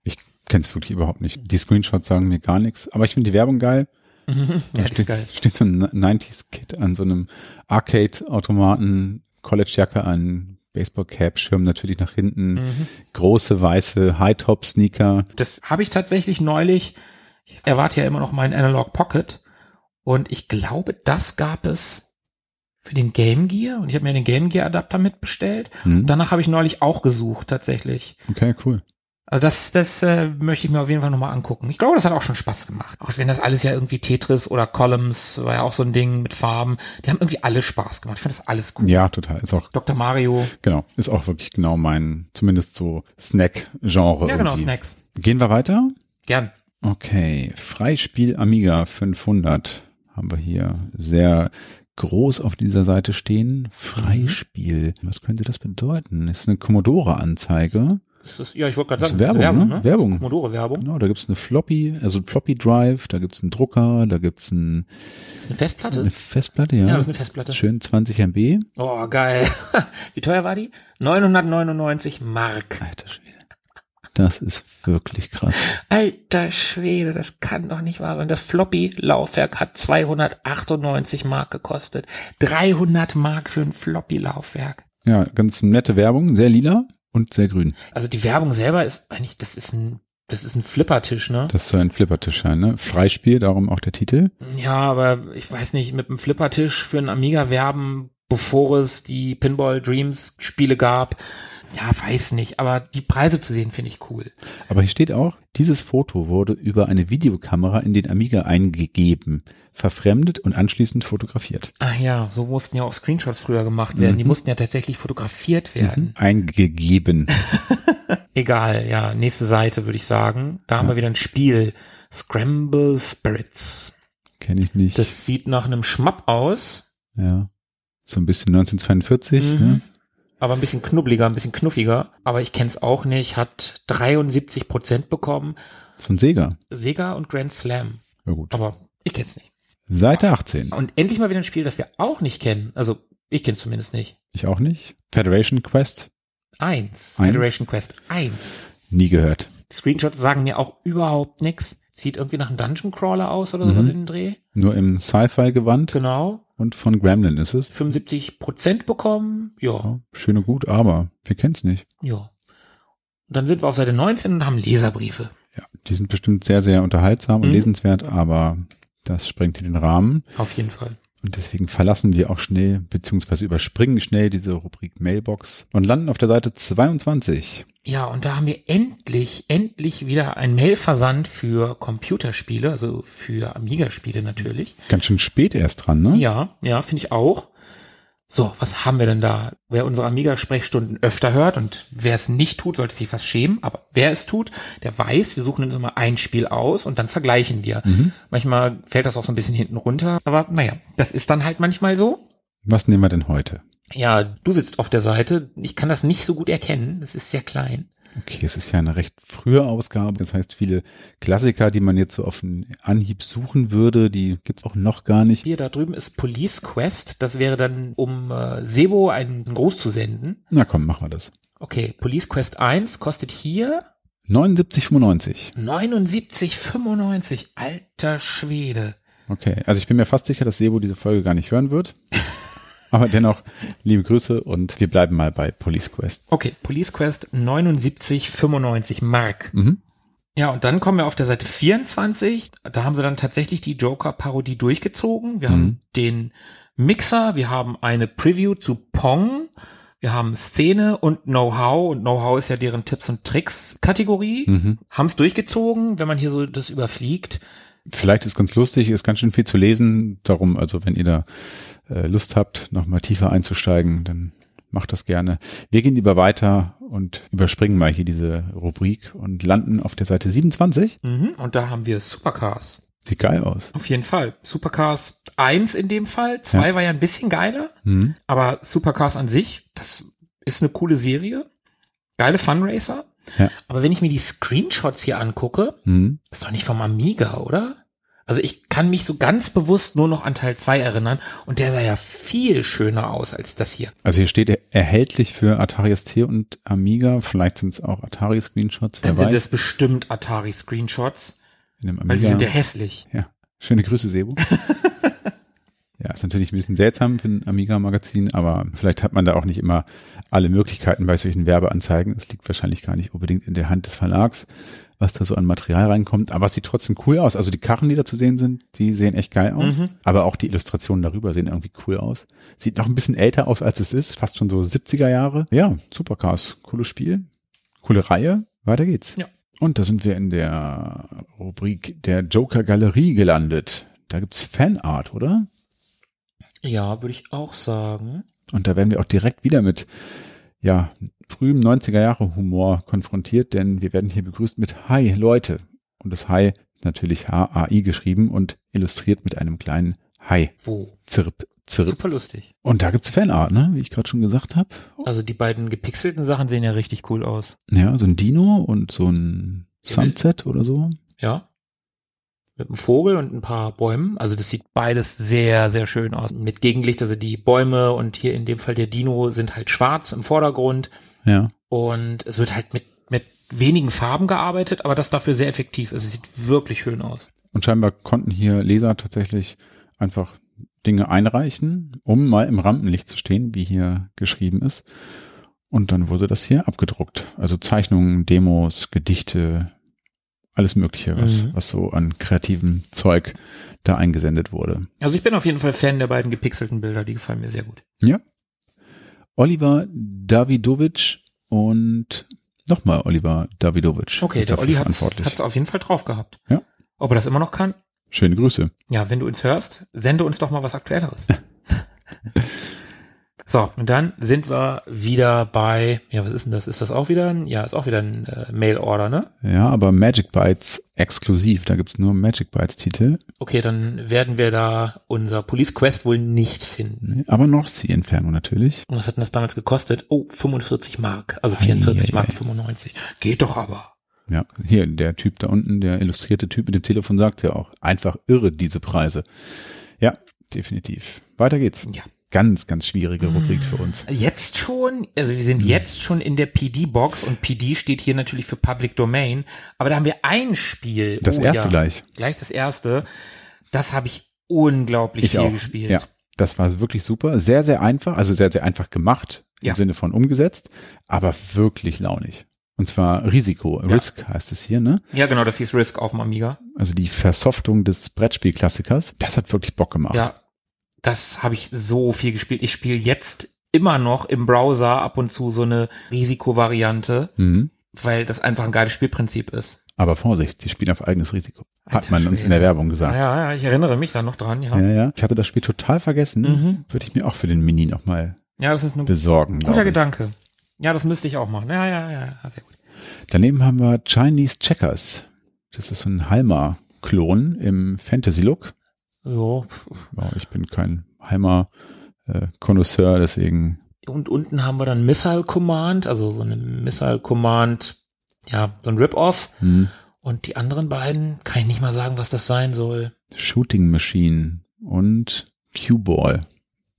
Ich kenne es wirklich überhaupt nicht. Die Screenshots sagen mir gar nichts. Aber ich finde die Werbung geil. Ja, Da das ist steht, geil. steht so ein 90s-Kid an so einem Arcade-Automaten, College-Jacke an, Baseball-Cap, Schirm natürlich nach hinten, Mhm. große weiße High-Top-Sneaker. Das habe ich tatsächlich neulich. Ich erwarte ja immer noch meinen Analog Pocket. Und ich glaube, das gab es für den Game Gear. Und ich habe mir den Game Gear Adapter mitbestellt. Mhm. Und danach habe ich neulich auch gesucht, tatsächlich. Okay, cool. Also das, das äh, möchte ich mir auf jeden Fall nochmal angucken. Ich glaube, das hat auch schon Spaß gemacht. Auch wenn das alles ja irgendwie Tetris oder Columns war ja auch so ein Ding mit Farben. Die haben irgendwie alle Spaß gemacht. Ich fand das alles gut. Ja, total. Ist auch, Dr. Mario. genau, ist auch wirklich genau mein, zumindest so Snack-Genre. Ja, genau, irgendwie. Snacks. Gehen wir weiter? Gern. Okay, Freispiel Amiga 500 haben wir hier sehr groß auf dieser Seite Mhm. stehen. Freispiel. Was könnte das bedeuten? Ist eine Commodore-Anzeige. Ist das, ja, ich wollte gerade Das sagen, ist Werbung, ne? Werbung. Commodore Werbung. Genau, da gibt's eine Floppy, also ein Floppy Drive, da gibt's einen Drucker, da gibt's ein, Ist eine Festplatte? eine Festplatte, ja. Ja, das ist eine Festplatte. Schön 20 MB. Oh, geil. Wie teuer war die? 999 Mark. Alter Schwede. Das ist wirklich krass. Alter Schwede, das kann doch nicht wahr sein. Das Floppy-Laufwerk hat 298 Mark gekostet. 300 Mark für ein Floppy-Laufwerk. Ja, ganz nette Werbung, sehr lila und sehr grün. Also die Werbung selber ist eigentlich, das ist ein, das ist ein Flippertisch, ne? Das soll ein Flippertisch sein, ne? Freispiel, darum auch der Titel. Ja, aber ich weiß nicht, mit einem Flippertisch für einen Amiga werben, bevor es die Pinball Dreams Spiele gab. Ja, weiß nicht, aber die Preise zu sehen finde ich cool. Aber hier steht auch, dieses Foto wurde über eine Videokamera in den Amiga eingegeben, verfremdet und anschließend fotografiert. Ach ja, so mussten ja auch Screenshots früher gemacht werden. Die mussten ja tatsächlich fotografiert werden. Mhm. Eingegeben. Egal, ja, nächste Seite würde ich sagen. Da haben wir wieder ein Spiel. Scramble Spirits. Kenne ich nicht. Das sieht nach einem Schmapp aus, ja. So ein bisschen 1942, Mhm. ne? aber ein bisschen knubbeliger, ein bisschen knuffiger. Aber ich kenne es auch nicht. Hat 73 Prozent bekommen. Von Sega. Sega und Grand Slam. Ja gut. Aber ich kenn's nicht. Seite 18. Und endlich mal wieder ein Spiel, das wir auch nicht kennen. Also ich kenn's zumindest nicht. Ich auch nicht. Federation Quest. Eins. Eins? Federation Quest eins. Nie gehört. Screenshots sagen mir auch überhaupt nichts. Sieht irgendwie nach einem Dungeon Crawler aus oder sowas in den Dreh. Nur im Sci-Fi-Gewand Mhm. Genau. und von Gremlin ist es. 75 Prozent bekommen. Ja, Ja, schön und gut, aber wir kennen's nicht. ja. Und dann sind wir auf Seite 19 und haben Leserbriefe. Ja, die sind bestimmt sehr, sehr unterhaltsam und Mhm. lesenswert, aber das sprengt hier den Rahmen. Auf jeden Fall. Und deswegen verlassen wir auch schnell, beziehungsweise überspringen schnell diese Rubrik Mailbox und landen auf der Seite 22. Ja, und da haben wir endlich, endlich wieder einen Mailversand für Computerspiele, also für Amiga-Spiele natürlich. Ganz schön spät erst dran, ne? Ja, ja, finde ich auch. So, was haben wir denn da? Wer unsere Amiga-Sprechstunden öfter hört und wer es nicht tut, sollte sich was schämen. Aber wer es tut, der weiß, wir suchen uns immer ein Spiel aus und dann vergleichen wir. Manchmal fällt das auch so ein bisschen hinten runter. Aber naja, das ist dann halt manchmal so. Was nehmen wir denn heute? Ja, du sitzt auf der Seite. Ich kann das nicht so gut erkennen. Es ist sehr klein. Okay, es ist ja eine recht frühe Ausgabe. Das heißt, viele Klassiker, die man jetzt so auf den Anhieb suchen würde, die gibt's auch noch gar nicht. Hier da drüben ist Police Quest. Das wäre dann, um äh, Sebo einen Gruß zu senden. Na komm, machen wir das. Okay, Police Quest 1 kostet hier 79,95. 79,95. Alter Schwede. Okay, also ich bin mir fast sicher, dass Sebo diese Folge gar nicht hören wird. Aber dennoch, liebe Grüße und wir bleiben mal bei Police Quest. Okay, Police Quest 79,95 Mark. Mhm. Ja, und dann kommen wir auf der Seite 24. Da haben sie dann tatsächlich die Joker-Parodie durchgezogen. Wir haben den Mixer, wir haben eine Preview zu Pong, wir haben Szene und Know-how. Und Know-how ist ja deren Tipps und Tricks-Kategorie. Haben es durchgezogen, wenn man hier so das überfliegt. Vielleicht ist ganz lustig, ist ganz schön viel zu lesen. Darum, also wenn ihr da äh, Lust habt, nochmal tiefer einzusteigen, dann macht das gerne. Wir gehen lieber weiter und überspringen mal hier diese Rubrik und landen auf der Seite 27. Mhm. Und da haben wir Supercars. Sieht geil aus. Auf jeden Fall. Supercars 1 in dem Fall. 2 war ja ein bisschen geiler. Mhm. Aber Supercars an sich, das ist eine coole Serie. Geile Funracer. Ja. Aber wenn ich mir die Screenshots hier angucke, Mhm. ist doch nicht vom Amiga, oder? Also ich kann mich so ganz bewusst nur noch an Teil 2 erinnern. Und der sah ja viel schöner aus als das hier. Also hier steht er- erhältlich für Atari ST und Amiga. Vielleicht sind es auch Atari Screenshots. Wer Dann sind weiß. das bestimmt Atari-Screenshots. In dem Weil die Amiga. sind ja hässlich. Ja, schöne Grüße, Sebo. ja, ist natürlich ein bisschen seltsam für ein Amiga-Magazin, aber vielleicht hat man da auch nicht immer alle Möglichkeiten bei solchen Werbeanzeigen. Es liegt wahrscheinlich gar nicht unbedingt in der Hand des Verlags, was da so an Material reinkommt. Aber es sieht trotzdem cool aus. Also die Karren, die da zu sehen sind, die sehen echt geil aus. Aber auch die Illustrationen darüber sehen irgendwie cool aus. Sieht noch ein bisschen älter aus, als es ist. Fast schon so 70er Jahre. Ja, Supercars. Cooles Spiel. Coole Reihe. Weiter geht's. Ja. Und da sind wir in der Rubrik der Joker Galerie gelandet. Da gibt's Fanart, oder? Ja, würde ich auch sagen. Und da werden wir auch direkt wieder mit ja, frühem 90er Jahre Humor konfrontiert, denn wir werden hier begrüßt mit Hi Leute. Und das Hi ist natürlich H A I geschrieben und illustriert mit einem kleinen Hi, Wo? Zirp, Zirp. Super lustig. Und da gibt's Fanart, ne? Wie ich gerade schon gesagt habe. Also die beiden gepixelten Sachen sehen ja richtig cool aus. Ja, so ein Dino und so ein Sunset oder so. Ja. Mit einem Vogel und ein paar Bäumen. Also das sieht beides sehr, sehr schön aus. Mit Gegenlicht, also die Bäume und hier in dem Fall der Dino sind halt schwarz im Vordergrund. Ja. Und es wird halt mit, mit wenigen Farben gearbeitet, aber das dafür sehr effektiv. Also es sieht wirklich schön aus. Und scheinbar konnten hier Leser tatsächlich einfach Dinge einreichen, um mal im Rampenlicht zu stehen, wie hier geschrieben ist. Und dann wurde das hier abgedruckt. Also Zeichnungen, Demos, Gedichte, alles Mögliche, was, Mhm. was so an kreativem Zeug da eingesendet wurde. Also ich bin auf jeden Fall Fan der beiden gepixelten Bilder, die gefallen mir sehr gut. Ja. Oliver Davidovic und nochmal Oliver Davidovic. Okay, ist der dafür Olli hat verantwortlich. es auf jeden Fall drauf gehabt. Ja. Ob er das immer noch kann? Schöne Grüße. Ja, wenn du uns hörst, sende uns doch mal was Aktuelleres. so, und dann sind wir wieder bei, ja, was ist denn das? Ist das auch wieder ein, ja, ist auch wieder ein äh, Mail-Order, ne? Ja, aber Magic Bytes exklusiv. Da gibt's nur Magic Bytes Titel. Okay, dann werden wir da unser Police Quest wohl nicht finden. Nee, Aber North Sea Inferno natürlich. Und was hat denn das damals gekostet? Oh, 45 Mark, also 44 Ei, ei, Mark ei. 95. Geht doch aber. Ja, hier, der Typ da unten, der illustrierte Typ mit dem Telefon sagt ja auch. Einfach irre, diese Preise. Ja, definitiv. Weiter geht's. Ja. Mm. Ganz, ganz schwierige Rubrik für uns. Jetzt schon, also wir Hm. sind jetzt schon in der PD-Box und PD steht hier natürlich für Public Domain, aber da haben wir ein Spiel. Das Oh, erste ja. gleich. gleich das erste. Das habe ich unglaublich viel gespielt. Ja, das war wirklich super. Sehr, sehr einfach, also sehr, sehr einfach gemacht Ja. im Sinne von umgesetzt, aber wirklich launig. Und zwar Risiko, Ja. Risk heißt es hier, ne? Ja, genau, das hieß Risk auf dem Amiga. Also die Versoftung des Brettspielklassikers. Das hat wirklich Bock gemacht. Ja, das habe ich so viel gespielt. Ich spiele jetzt immer noch im Browser ab und zu so eine Risikovariante, Mhm. weil das einfach ein geiles Spielprinzip ist. Aber Vorsicht, die spielen auf eigenes Risiko. Hat Alter man uns in Schwede. der Werbung gesagt. Ja, ja, ja, ich erinnere mich da noch dran, ja. Ah. Ja, Ja, ja. Ich hatte das Spiel total vergessen. Mhm. Würde ich mir auch für den Mini nochmal das ist ein besorgen. glaub guter ich. Gedanke. Ja, das müsste ich auch machen. Ja, ja, ja, ja, sehr gut. Daneben haben wir Chinese Checkers. Das ist so ein Halma-Klon im Fantasy-Look. So. Ja, ich bin kein Halma-Konnoisseur, deswegen. Und unten haben wir dann Missile Command, also so eine Missile Command, ja, so ein Rip-Off. Hm. Und die anderen beiden kann ich nicht mal sagen, was das sein soll. Shooting Machine und Q-Ball.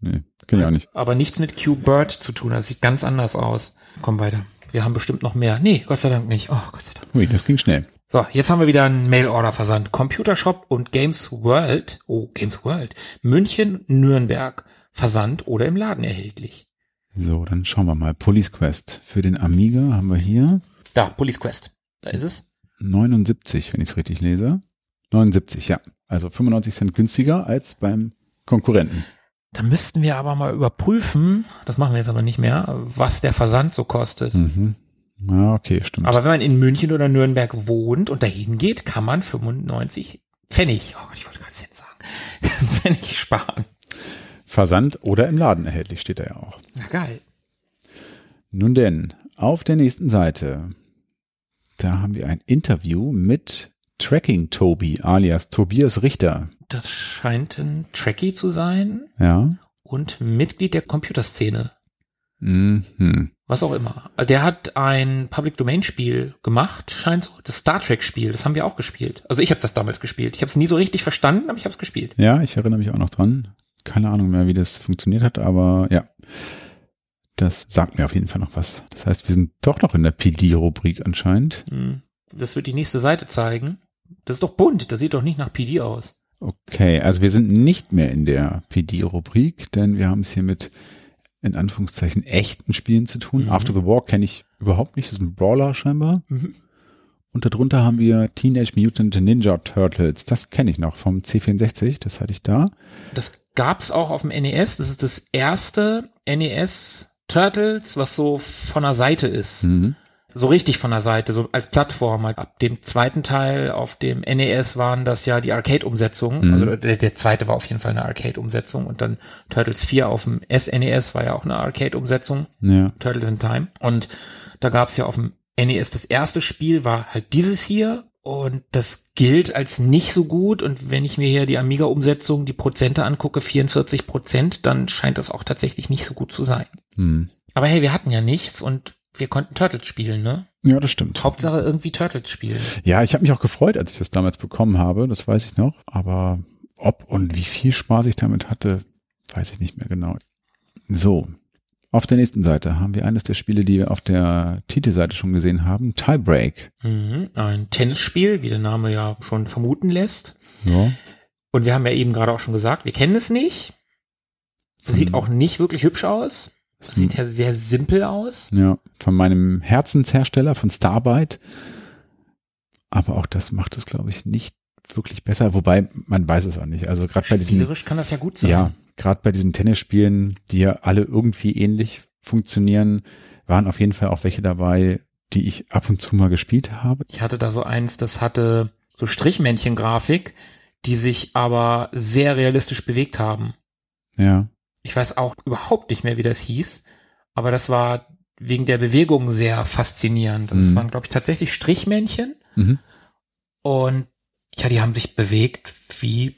Nee, kenne ich auch nicht. Aber nichts mit Q-Bird zu tun. Das sieht ganz anders aus. Komm weiter. Wir haben bestimmt noch mehr. Nee, Gott sei Dank nicht. Oh, Gott sei Dank. Hui, das ging schnell. So, jetzt haben wir wieder einen Mail-Order-Versand. Computershop und Games World. Oh, Games World. München, Nürnberg. Versand oder im Laden erhältlich. So, dann schauen wir mal. Police Quest. Für den Amiga haben wir hier Da, Police Quest. Da ist es. 79, wenn ich es richtig lese. 79, ja. Also 95 Cent günstiger als beim Konkurrenten. Da müssten wir aber mal überprüfen, das machen wir jetzt aber nicht mehr, was der Versand so kostet. Mhm. Ja, okay, stimmt. Aber wenn man in München oder Nürnberg wohnt und dahin geht, kann man 95 Pfennig, oh Gott, ich wollte gerade Cent sagen, Pfennig sparen. Versand oder im Laden erhältlich steht da ja auch. Na geil. Nun denn, auf der nächsten Seite, da haben wir ein Interview mit Tracking Toby alias Tobias Richter. Das scheint ein Trekkie zu sein Ja. und Mitglied der Computerszene. Mhm. Was auch immer. Der hat ein Public Domain Spiel gemacht, scheint so. Das Star Trek Spiel, das haben wir auch gespielt. Also ich habe das damals gespielt. Ich habe es nie so richtig verstanden, aber ich habe es gespielt. Ja, ich erinnere mich auch noch dran. Keine Ahnung mehr, wie das funktioniert hat, aber ja. Das sagt mir auf jeden Fall noch was. Das heißt, wir sind doch noch in der PD-Rubrik anscheinend. Hm. Das wird die nächste Seite zeigen. Das ist doch bunt, das sieht doch nicht nach PD aus. Okay, also wir sind nicht mehr in der PD-Rubrik, denn wir haben es hier mit in Anführungszeichen echten Spielen zu tun. Mhm. After the War kenne ich überhaupt nicht, das ist ein Brawler scheinbar. Mhm. Und darunter haben wir Teenage Mutant Ninja Turtles. Das kenne ich noch vom C64, das hatte ich da. Das gab's auch auf dem NES. Das ist das erste NES Turtles, was so von der Seite ist. Mhm. So richtig von der Seite, so als Plattform. Halt Ab dem zweiten Teil auf dem NES waren das ja die Arcade-Umsetzungen. Mhm. Also der, der zweite war auf jeden Fall eine Arcade-Umsetzung. Und dann Turtles 4 auf dem SNES war ja auch eine Arcade-Umsetzung. Ja. E Turtles in Time. Und da gab's ja auf dem NES das erste Spiel, war halt dieses hier. Und das gilt als nicht so gut. Und wenn ich mir hier die Amiga-Umsetzung, die Prozente angucke, 44 Prozent, dann scheint das auch tatsächlich nicht so gut zu sein. Hm. Aber hey, wir hatten ja nichts und wir konnten Turtles spielen, ne? Ja, das stimmt. Hauptsache irgendwie Turtles spielen. Ja, ich habe mich auch gefreut, als ich das damals bekommen habe, das weiß ich noch. Aber ob und wie viel Spaß ich damit hatte, weiß ich nicht mehr genau. So, auf der nächsten Seite haben wir eines der Spiele, die wir auf der Titelseite schon gesehen haben, Tiebreak. Mhm. Ein Tennisspiel, wie der Name ja schon vermuten lässt. Ja. Und wir haben ja eben gerade auch schon gesagt, wir kennen es nicht. Es Mhm. sieht auch nicht wirklich hübsch aus. Es sieht ja sehr simpel aus. ja, von meinem Herzenshersteller, von Starbite. Aber auch das macht es, glaube ich, nicht wirklich besser. Wobei, man weiß es auch nicht. Also gerade bei diesen Spielerisch kann das ja gut sein. Ja, gerade bei diesen Tennisspielen, die ja alle irgendwie ähnlich funktionieren, waren auf jeden Fall auch welche dabei, die ich ab und zu mal gespielt habe. Ich hatte da so eins, das hatte so Strichmännchen-Grafik, die sich aber sehr realistisch bewegt haben. Ja. Ich weiß auch überhaupt nicht mehr, wie das hieß, aber das war wegen der Bewegung sehr faszinierend. Das Mhm. waren, glaube ich, tatsächlich Strichmännchen Mhm. und ja, die haben sich bewegt, wie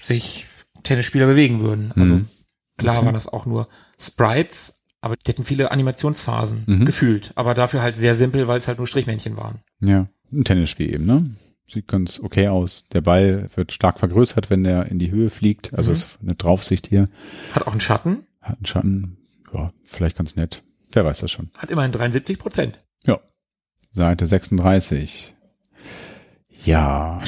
sich Tennisspieler bewegen würden. Also Mhm. klar Okay. waren das auch nur Sprites, aber die hatten viele Animationsphasen Mhm. gefühlt, aber dafür halt sehr simpel, weil es halt nur Strichmännchen waren. Ja. Ein Tennisspiel eben, ne? Sieht ganz okay aus. Der Ball wird stark vergrößert, wenn der in die Höhe fliegt. Also Mhm. ist eine Draufsicht hier. Hat auch einen Schatten. Hat einen Schatten. Ja, vielleicht ganz nett. Wer weiß das schon. Hat immerhin 73 Prozent. Seite 36. Ja.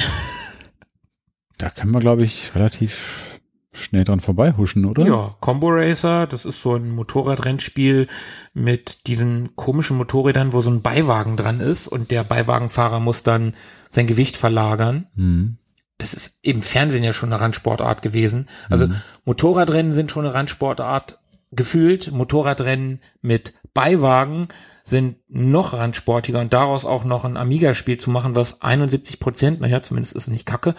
da können wir, glaube ich, relativ schnell dran vorbeihuschen, oder? Ja, Combo Racer, das ist so ein Motorradrennspiel mit diesen komischen Motorrädern, wo so ein Beiwagen dran ist und der Beiwagenfahrer muss dann sein Gewicht verlagern. Mhm. Das ist im Fernsehen ja schon eine Randsportart gewesen. Also Motorradrennen sind schon eine Randsportart gefühlt. Motorradrennen mit Beiwagen sind noch randsportiger und daraus auch noch ein Amiga-Spiel zu machen, was 71 Prozent, naja, zumindest ist es nicht kacke,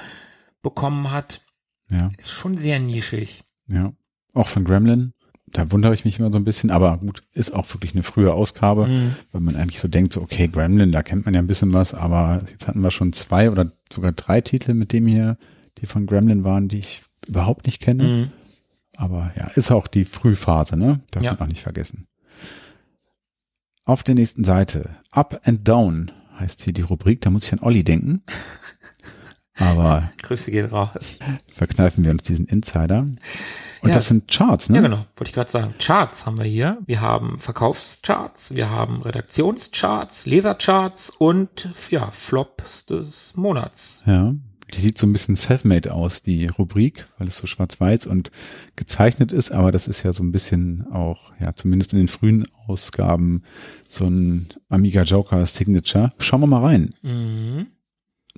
bekommen hat, Ja, ist schon sehr nischig. ja. Auch von Gremlin. Da wundere ich mich immer so ein bisschen, aber gut, ist auch wirklich eine frühe Ausgabe, Mhm. weil man eigentlich so denkt, so, okay, Gremlin, da kennt man ja ein bisschen was, aber jetzt hatten wir schon zwei oder sogar drei Titel mit dem hier, die von Gremlin waren, die ich überhaupt nicht kenne. Mhm. Aber ja, ist auch die Frühphase, ne? Darf Ja. man auch nicht vergessen. Auf der nächsten Seite, Up and Down heißt hier die Rubrik, da muss ich an Olli denken. Aber Grüße gehen raus. verkneifen wir uns diesen Insider. Und Ja, das sind Charts, ne? Ja, genau, wollte ich gerade sagen. Charts haben wir hier. Wir haben Verkaufscharts, wir haben Redaktionscharts, Lesercharts und ja, Flops des Monats. Ja, die sieht so ein bisschen selfmade aus, die Rubrik, weil es so schwarz-weiß und gezeichnet ist, aber das ist ja so ein bisschen auch, ja, zumindest in den frühen Ausgaben so ein Amiga Joker Signature. Schauen wir mal rein. Mhm.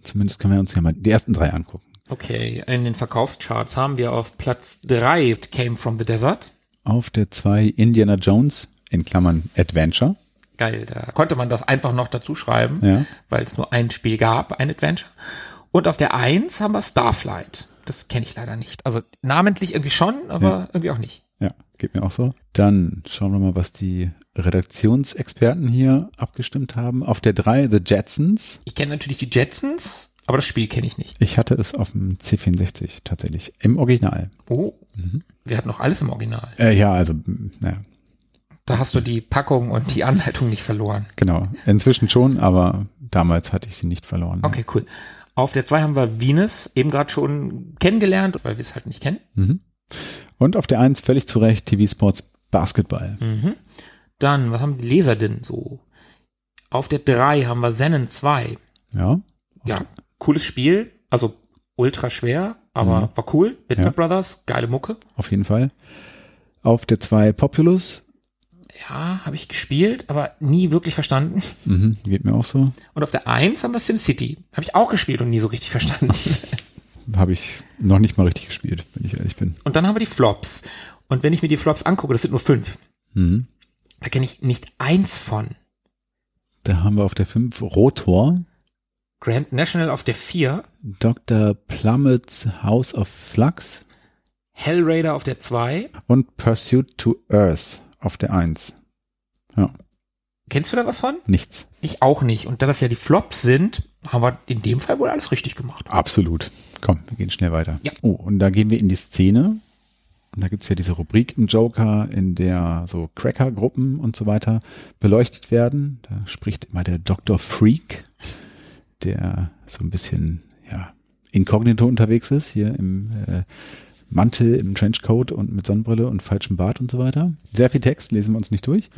Zumindest können wir uns ja mal die ersten drei angucken. Okay, in den Verkaufscharts haben wir auf Platz drei Came from the Desert. Auf der zwei Indiana Jones, in Klammern Adventure. Geil, da konnte man das einfach noch dazu schreiben, Ja. weil es nur ein Spiel gab, ein Adventure. Und auf der eins haben wir Starflight. Das kenne ich leider nicht. Also namentlich irgendwie schon, aber Ja. irgendwie auch nicht. Ja, geht mir auch so. Dann schauen wir mal, was die Redaktionsexperten hier abgestimmt haben. Auf der drei The Jetsons. Ich kenne natürlich die Jetsons, aber das Spiel kenne ich nicht. Ich hatte es auf dem C64 tatsächlich, im Original. Oh, wir hatten noch alles im Original. Äh, ja, also, m, naja, Da hast du die Packung und die Anleitung nicht verloren. genau. Inzwischen schon, aber damals hatte ich sie nicht verloren. ja. Okay, cool. Auf der 2 haben wir Venus, eben gerade schon kennengelernt, weil wir es halt nicht kennen. Und auf der eins völlig zu Recht TV Sports Basketball. Dann, was haben die Leser denn so? Auf der 3 haben wir Zenon 2. Ja. Ja, cooles Spiel, also ultra schwer, aber war cool. Bitmap Ja. Brothers, geile Mucke. Auf jeden Fall. Auf der zwei Populous. Ja, habe ich gespielt, aber nie wirklich verstanden. Mhm, geht mir auch so. Und auf der 1 haben wir SimCity. Habe ich auch gespielt und nie so richtig verstanden. Habe ich noch nicht mal richtig gespielt, wenn ich ehrlich bin. Und dann haben wir die Flops. Und wenn ich mir die Flops angucke, das sind nur fünf. Mhm. Da kenne ich nicht eins von. Da haben wir auf der fünf Rotor. Grand National auf der vier, Dr. Plummet's House of Flux Hellraider auf der zwei. und Pursuit to Earth auf der eins. Ja, Kennst du da was von? nichts. Ich auch nicht. Und da das ja die Flops sind, haben wir in dem Fall wohl alles richtig gemacht. Absolut. Komm, wir gehen schnell weiter. Ja. Oh, und da gehen wir in die Szene. Und da gibt's ja diese Rubrik im Joker, in der so Cracker-Gruppen und so weiter beleuchtet werden. Da spricht immer der Dr. Freak, der so ein bisschen, ja, inkognito unterwegs ist, hier im äh, Mantel, im Trenchcoat und mit Sonnenbrille und falschem Bart und so weiter. Sehr viel Text, lesen wir uns nicht durch.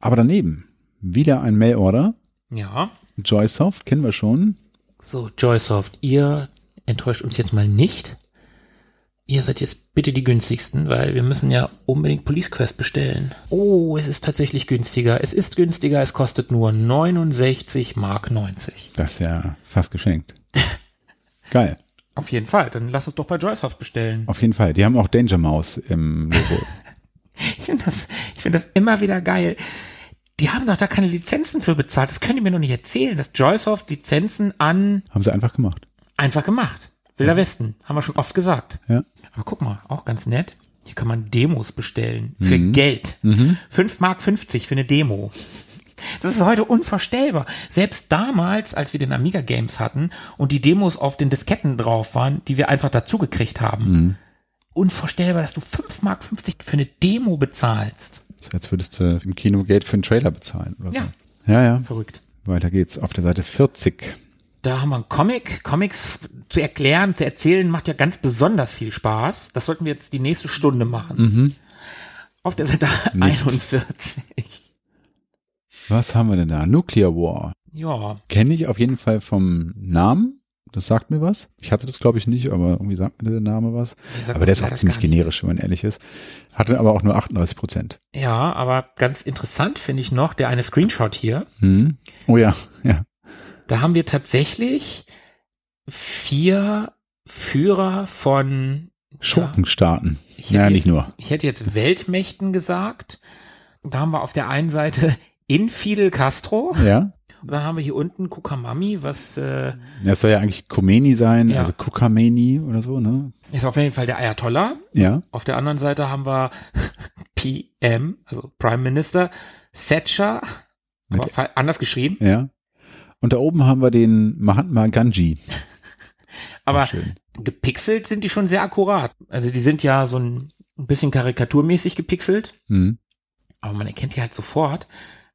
Aber daneben, wieder ein Mailorder. Ja. Joysoft kennen wir schon. So, Joysoft, ihr enttäuscht uns jetzt mal nicht. Ihr seid jetzt bitte die günstigsten, weil wir müssen ja unbedingt Police Quest bestellen. Oh, es ist tatsächlich günstiger. Es ist günstiger, es kostet nur 69 Mark 90. Das ist ja fast geschenkt. Geil. Auf jeden Fall, dann lass uns doch bei Joysoft bestellen. Auf jeden Fall. Die haben auch Danger Mouse im Logo. Ich finde das, ich find das immer wieder geil. Die haben doch da keine Lizenzen für bezahlt. Das können die mir noch nicht erzählen, dass Joysoft Lizenzen an haben sie einfach gemacht. einfach gemacht. Wilder Westen, haben wir schon oft gesagt. Ja. Aber guck mal, auch ganz nett. Hier kann man Demos bestellen. Für Geld. 5,50 Mark für eine Demo. Das ist heute unvorstellbar. Selbst damals, als wir den Amiga Games hatten und die Demos auf den Disketten drauf waren, die wir einfach dazu gekriegt haben. Unvorstellbar, dass du 5,50 Mark für eine Demo bezahlst. So, als würdest du im Kino Geld für einen Trailer bezahlen oder so. Ja. Ja, ja. Verrückt. Weiter geht's. Auf der Seite 40. Da haben wir einen Comic. Comics f- zu erklären, zu erzählen, macht ja ganz besonders viel Spaß. Das sollten wir jetzt die nächste Stunde machen. Auf der Seite Mhm. Nicht. 41. Was haben wir denn da? Nuclear War. Ja, Kenne ich auf jeden Fall vom Namen. Das sagt mir was. Ich hatte das, glaube ich, nicht, aber irgendwie sagt mir der Name was. Mir sagt Aber der das ist auch leider ziemlich gar nichts. generisch, wenn man ehrlich ist. Hatte aber auch nur 38 Prozent. ja, aber ganz interessant finde ich noch der eine Screenshot hier. Hm. Oh ja, ja. Da haben wir tatsächlich vier Führer von Schurkenstaaten. Ich hätte Ja, nicht jetzt- nur. Ich hätte jetzt Weltmächten gesagt. Da haben wir auf der einen Seite in Fidel Castro. Ja. Und dann haben wir hier unten Kukamami, was äh, Ja, es soll ja eigentlich Khomeini sein, Ja. also Kukameni oder so, ne? ist auf jeden Fall der Ayatollah. Ja. Auf der anderen Seite haben wir PM, also Prime Minister, Thatcher, aber fa- anders geschrieben. Ja. Und da oben haben wir den Mahatma Ganji. Aber Schön. gepixelt sind die schon sehr akkurat. Also die sind ja so ein bisschen karikaturmäßig gepixelt, Hm. aber man erkennt die halt sofort,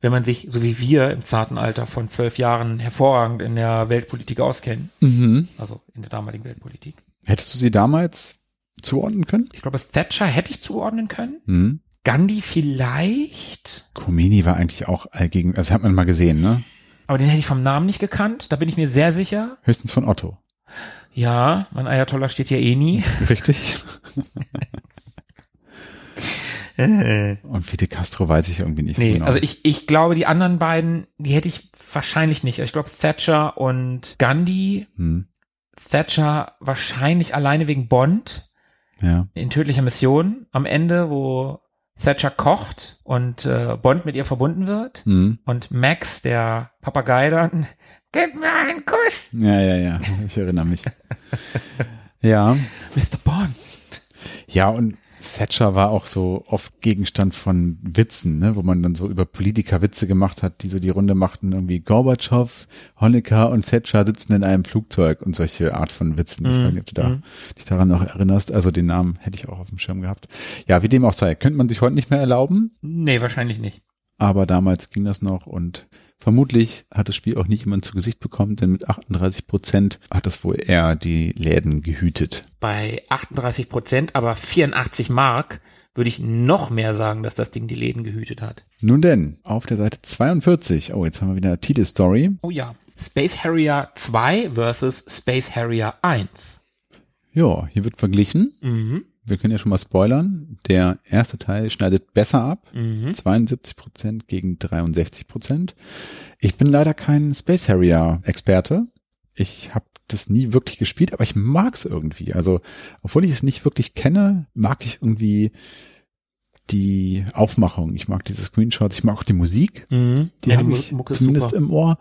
wenn man sich, so wie wir im zarten Alter von zwölf Jahren, hervorragend in der Weltpolitik auskennen. Mhm. Also in der damaligen Weltpolitik. Hättest du sie damals zuordnen können? Ich glaube, Thatcher hätte ich zuordnen können. Hm. Gandhi vielleicht. Khomeini war eigentlich auch allgegen, das hat man mal gesehen, ne? Aber den hätte ich vom Namen nicht gekannt. Da bin ich mir sehr sicher. Höchstens von Otto. Ja, mein Ayatollah steht ja eh nie. Richtig? Und Fidel Castro weiß ich irgendwie nicht Nee, genau. also ich, ich glaube, die anderen beiden, die hätte ich wahrscheinlich nicht. Ich glaube, Thatcher und Gandhi. Hm. Thatcher wahrscheinlich alleine wegen Bond Ja. in tödlicher Mission am Ende, wo Thatcher kocht und äh, Bond mit ihr verbunden wird. Hm. Und Max, der Papagei dann, gib mir einen Kuss, Ja, ja, ja. Ich erinnere mich. ja. Mr. Bond. Ja, und Thatcher war auch so oft Gegenstand von Witzen, ne? wo man dann so über Politiker Witze gemacht hat, die so die Runde machten, irgendwie Gorbatschow, Honecker und Thatcher sitzen in einem Flugzeug und solche Art von Witzen. Ich weiß nicht, ob du da, dich daran noch erinnerst. Also den Namen hätte ich auch auf dem Schirm gehabt. Ja, wie dem auch sei, könnte man sich heute nicht mehr erlauben, Nee, wahrscheinlich nicht. aber damals ging das noch und vermutlich hat das Spiel auch nicht jemand zu Gesicht bekommen, denn mit 38 Prozent hat das wohl eher die Läden gehütet. Bei 38 Prozent, aber 84 Mark würde ich noch mehr sagen, dass das Ding die Läden gehütet hat. Nun denn, auf der Seite 42, oh, jetzt haben wir wieder eine Titelstory. Oh ja. Space Harrier 2 versus Space Harrier 1. Ja, hier wird verglichen. Mhm. Wir können ja schon mal spoilern. Der erste Teil schneidet besser ab. mhm, Hm? 72 Prozent gegen 63 Prozent. Ich bin leider kein Space Harrier Experte. Ich habe das nie wirklich gespielt, aber ich mag's irgendwie. Also, obwohl ich es nicht wirklich kenne, mag ich irgendwie die Aufmachung. Ich mag diese Screenshots. Ich mag auch die Musik. Mhm. Die Ja, habe Mu- ich Mucke ist zumindest super. im Ohr.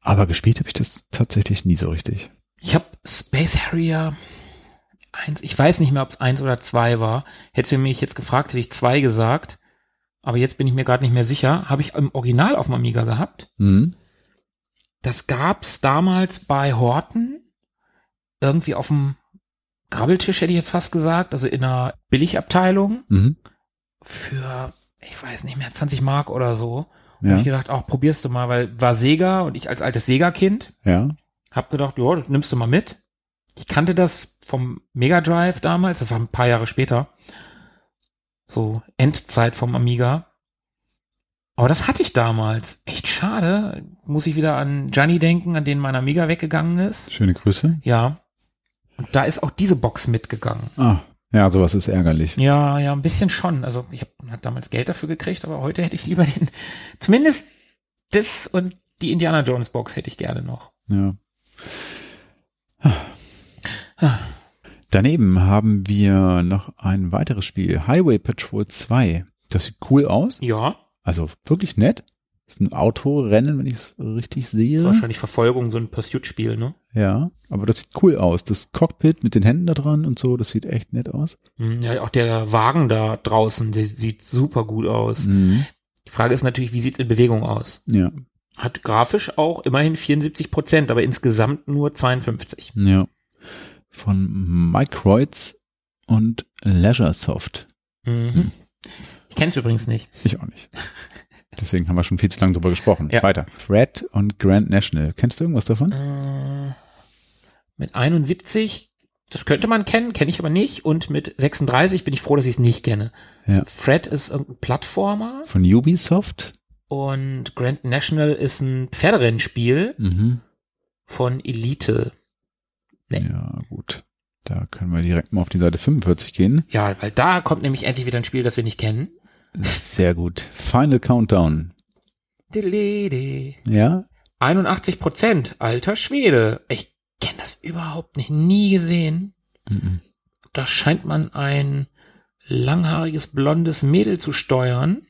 Aber gespielt habe ich das tatsächlich nie so richtig. Ich habe Space Harrier 1, ich weiß nicht mehr, ob es 1 oder 2 war. Hättest du mich jetzt gefragt, hätte ich 2 gesagt. Aber jetzt bin ich mir gerade nicht mehr sicher. Habe ich im Original auf dem Amiga gehabt. Mhm. Das gab's damals bei Horten irgendwie auf dem Grabbeltisch, hätte ich jetzt fast gesagt, also in einer Billigabteilung Mhm. für, ich weiß nicht mehr, 20 Mark oder so. Ja. Hab Ja. ich gedacht, auch probierst du mal, weil war Sega und ich als altes Sega-Kind Ja. hab gedacht, ja, das nimmst du mal mit. Ich kannte das vom Mega Drive damals, das war ein paar Jahre später. So Endzeit vom Amiga. Aber das hatte ich damals. Echt schade. Muss ich wieder an Gianni denken, an den mein Amiga weggegangen ist. Schöne Grüße. Ja. Und da ist auch diese Box mitgegangen. Ah. Ja, sowas ist ärgerlich. Ja, ja, ein bisschen schon. Also ich habe hab damals Geld dafür gekriegt, aber heute hätte ich lieber den, zumindest das und die Indiana Jones Box hätte ich gerne noch. Ja. Daneben haben wir noch ein weiteres Spiel, Highway Patrol 2. Das sieht cool aus. Ja, Also wirklich nett. Ist ein Autorennen, wenn ich es richtig sehe. ist wahrscheinlich Verfolgung, so ein Pursuit-Spiel, ne? Ja, aber das sieht cool aus. Das Cockpit mit den Händen da dran und so, das sieht echt nett aus. Hm, Ja, auch der Wagen da draußen, der sieht super gut aus. Mhm. Die Frage ist natürlich, wie sieht's in Bewegung aus? Ja, Hat grafisch auch immerhin 74 Prozent, aber insgesamt nur 52. ja. Von Microids und Leisure Soft. Mhm. Ich kenn's übrigens nicht. Ich auch nicht. Deswegen haben wir schon viel zu lange drüber gesprochen. Ja. Weiter. Fred und Grand National. Kennst du irgendwas davon? Äh, mit 71, das könnte man kennen, kenne ich aber nicht. Und mit 36 bin ich froh, dass ich es nicht kenne. Ja. Fred ist irgendein Plattformer Von Ubisoft? und Grand National ist ein Pferderennspiel Mhm. von Elite. Nee. Ja, gut. Da können wir direkt mal auf die Seite 45 gehen. Ja, weil da kommt nämlich endlich wieder ein Spiel, das wir nicht kennen. Sehr gut. Final Countdown. Delede. Ja? 81 Prozent, alter Schwede. Ich kenne das überhaupt nicht, nie gesehen. Mhm. Da scheint man ein langhaariges, blondes Mädel zu steuern.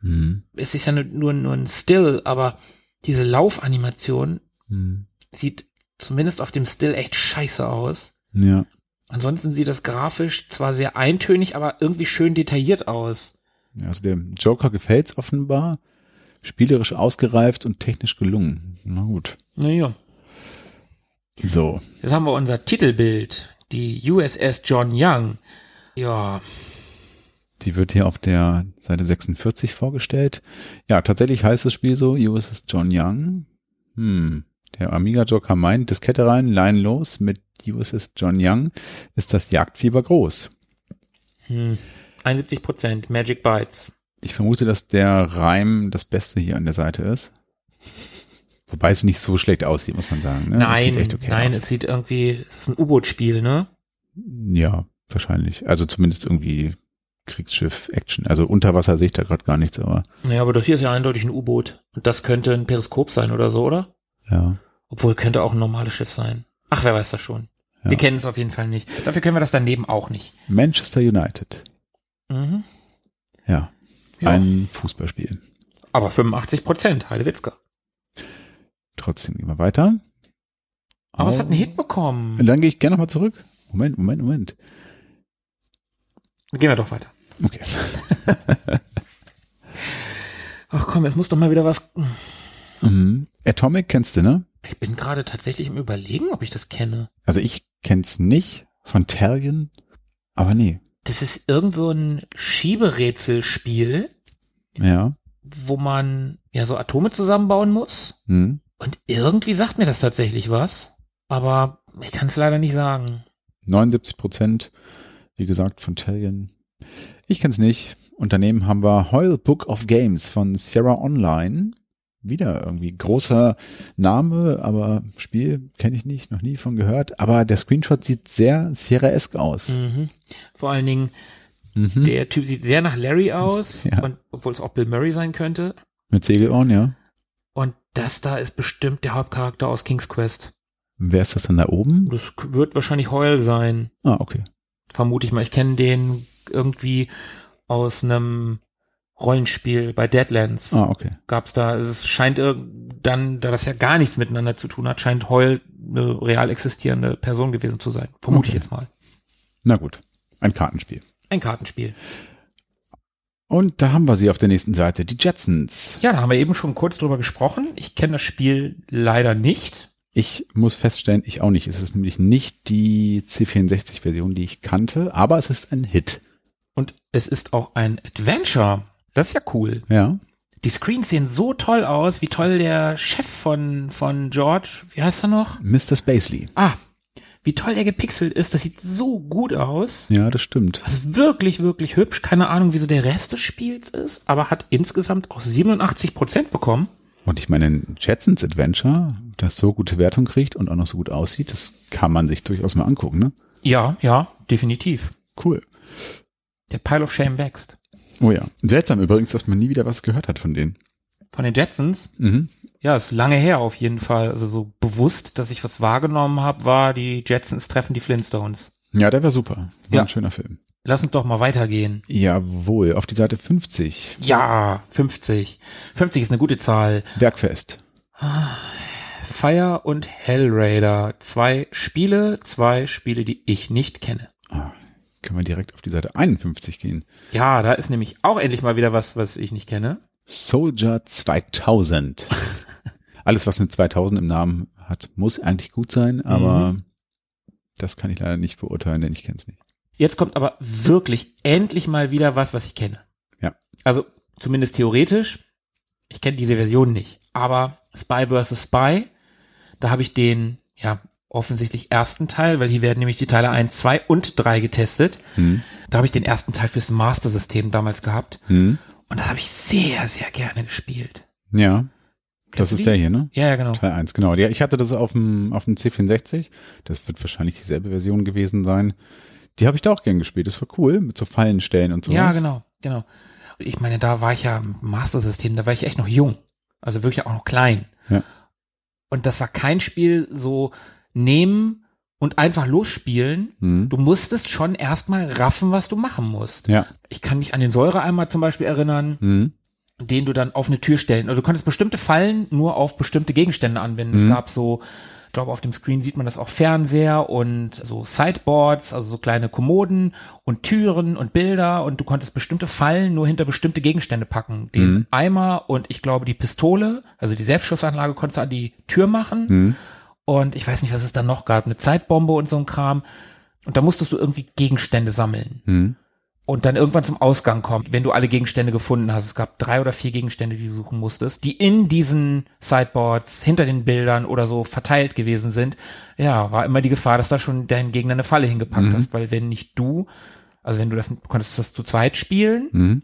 Mhm. Es ist ja nur, nur, nur ein Still, aber diese Laufanimation Mhm. sieht zumindest auf dem Still echt scheiße aus. Ja. Ansonsten sieht das grafisch zwar sehr eintönig, aber irgendwie schön detailliert aus. Ja, Also dem Joker gefällt's offenbar. Spielerisch ausgereift und technisch gelungen. Na gut. Naja. So. Jetzt haben wir unser Titelbild. Die USS John Young. Ja, Die wird hier auf der Seite 46 vorgestellt. Ja, tatsächlich heißt das Spiel so, USS John Young. Hm. Der Amiga-Joker meint, Diskette rein, Line los, mit USS John Young ist das Jagdfieber groß. Hm. 71 Prozent Magic Bytes. Ich vermute, dass der Reim das Beste hier an der Seite ist. Wobei es nicht so schlecht aussieht, muss man sagen. Ne? Es nein, sieht echt okay nein, aus. es sieht irgendwie, es ist ein U-Boot-Spiel, ne? Ja, wahrscheinlich. Also zumindest irgendwie Kriegsschiff-Action. Also unter Wasser sehe ich da gerade gar nichts, aber Naja, aber das hier ist ja eindeutig ein U-Boot. Und das könnte ein Periskop sein oder so, oder? ja. Obwohl, könnte auch ein normales Schiff sein. Ach, wer weiß das schon. Ja. Wir kennen es auf jeden Fall nicht. Dafür können wir das daneben auch nicht. Manchester United. Mhm. Ja. Ja. Ein Fußballspiel. Aber 85 Prozent, Heidewitzka. Trotzdem gehen wir weiter. Aber es hat einen Au. Hit bekommen. Dann gehe ich gerne nochmal zurück. Moment, Moment, Moment. Gehen wir doch weiter. Okay. Ach komm, es muss doch mal wieder was. Mhm. Atomic kennst du, ne? Ich bin gerade tatsächlich im Überlegen, ob ich das kenne. Also ich kenn's nicht von Terrien, aber nee. Das ist irgend so ein Schieberätselspiel. Ja. wo man ja so Atome zusammenbauen muss. Mhm. Und irgendwie sagt mir das tatsächlich was. Aber ich kann es leider nicht sagen. 79 Prozent, wie gesagt, von Talion. Ich kenn's nicht. Unternehmen haben wir Heul Book of Games von Sierra Online. Wieder irgendwie großer Name, aber Spiel kenne ich nicht, noch nie von gehört. Aber der Screenshot sieht sehr Sierra-esque aus. Mhm. Vor allen Dingen, Mhm. der Typ sieht sehr nach Larry aus. Ja. Und obwohl es auch Bill Murray sein könnte. Mit Segelohren, ja. Und das da ist bestimmt der Hauptcharakter aus King's Quest. Wer ist das dann da oben? Das k- wird wahrscheinlich Heul sein. Ah, okay. Vermute ich mal. Ich kenne den irgendwie aus einem Rollenspiel bei Deadlands. Ah, okay. gab's da, es scheint irg- dann, da das ja gar nichts miteinander zu tun hat, scheint Heul eine real existierende Person gewesen zu sein. Vermute ich Okay. jetzt mal. Na gut. Ein Kartenspiel. Ein Kartenspiel. Und da haben wir sie auf der nächsten Seite, die Jetsons. Ja, da haben wir eben schon kurz drüber gesprochen. Ich kenne das Spiel leider nicht. Ich muss feststellen, ich auch nicht. Es ist nämlich nicht die C64-Version, die ich kannte, aber es ist ein Hit. Und es ist auch ein Adventure. Das ist ja cool. Ja. Die Screens sehen so toll aus, wie toll der Chef von, von George, wie heißt er noch? Mr. Spacely. Ah, wie toll der gepixelt ist. Das sieht so gut aus. Ja, das stimmt. Also wirklich, wirklich hübsch. Keine Ahnung, wieso der Rest des Spiels ist, aber hat insgesamt auch 87 Prozent bekommen. Und ich meine, ein Jetsons Adventure, das so gute Wertung kriegt und auch noch so gut aussieht, das kann man sich durchaus mal angucken, ne? Ja, ja, definitiv. Cool. Der Pile of Shame wächst. Oh ja. Seltsam übrigens, dass man nie wieder was gehört hat von denen. Von den Jetsons? Mhm. Ja, ist lange her auf jeden Fall. Also so bewusst, dass ich was wahrgenommen habe, war die Jetsons treffen die Flintstones. Ja, der war super. War Ja. ein schöner Film. Lass uns doch mal weitergehen. Jawohl, auf die Seite 50. Ja, 50. 50 ist eine gute Zahl. Bergfest. Fire und Hellraider. Zwei Spiele, zwei Spiele, die ich nicht kenne. Ah, können wir direkt auf die Seite 51 gehen. Ja, da ist nämlich auch endlich mal wieder was, was ich nicht kenne. Soldier 2000. Alles, was eine 2000 im Namen hat, muss eigentlich gut sein, aber das kann ich leider nicht beurteilen, denn ich kenne es nicht. Jetzt kommt aber wirklich endlich mal wieder was, was ich kenne. Ja. Also zumindest theoretisch. Ich kenne diese Version nicht. Aber Spy vs. Spy, da habe ich den, ja, offensichtlich ersten Teil, weil hier werden nämlich die Teile 1, 2 und 3 getestet. Da habe ich den ersten Teil fürs Master-System damals gehabt. Hm? Und das habe ich sehr, sehr gerne gespielt. Ja, das Kennst du ist die? der hier, ne? Ja, ja, genau. Teil 1, genau. Ja, ich hatte das auf dem, auf dem C64. Das wird wahrscheinlich dieselbe Version gewesen sein. Die habe ich da auch gern gespielt. Das war cool, mit so Fallenstellen und so. Ja, genau, genau. Ich meine, da war ich ja im Master-System, da war ich echt noch jung. Also wirklich auch noch klein. Ja. Und das war kein Spiel so nehmen und einfach losspielen. Hm. Du musstest schon erstmal raffen, was du machen musst. Ja. Ich kann mich an den Säureeimer zum Beispiel erinnern, Hm. den du dann auf eine Tür stellen. Also du konntest bestimmte Fallen nur auf bestimmte Gegenstände anwenden. Es Mhm. gab so, ich glaube, auf dem Screen sieht man das auch Fernseher und so Sideboards, also so kleine Kommoden und Türen und Bilder und du konntest bestimmte Fallen nur hinter bestimmte Gegenstände packen. Den Mhm. Eimer und ich glaube die Pistole, also die Selbstschussanlage konntest du an die Tür machen. Hm. Und ich weiß nicht, was es dann noch gab, eine Zeitbombe und so ein Kram. Und da musstest du irgendwie Gegenstände sammeln Hm. und dann irgendwann zum Ausgang kommen, wenn du alle Gegenstände gefunden hast. Es gab drei oder vier Gegenstände, die du suchen musstest, die in diesen Sideboards, hinter den Bildern oder so verteilt gewesen sind. Ja, war immer die Gefahr, dass da schon dein Gegner eine Falle hingepackt Mhm. hast, weil wenn nicht du, also wenn du das, du konntest das zu zweit spielen Hm.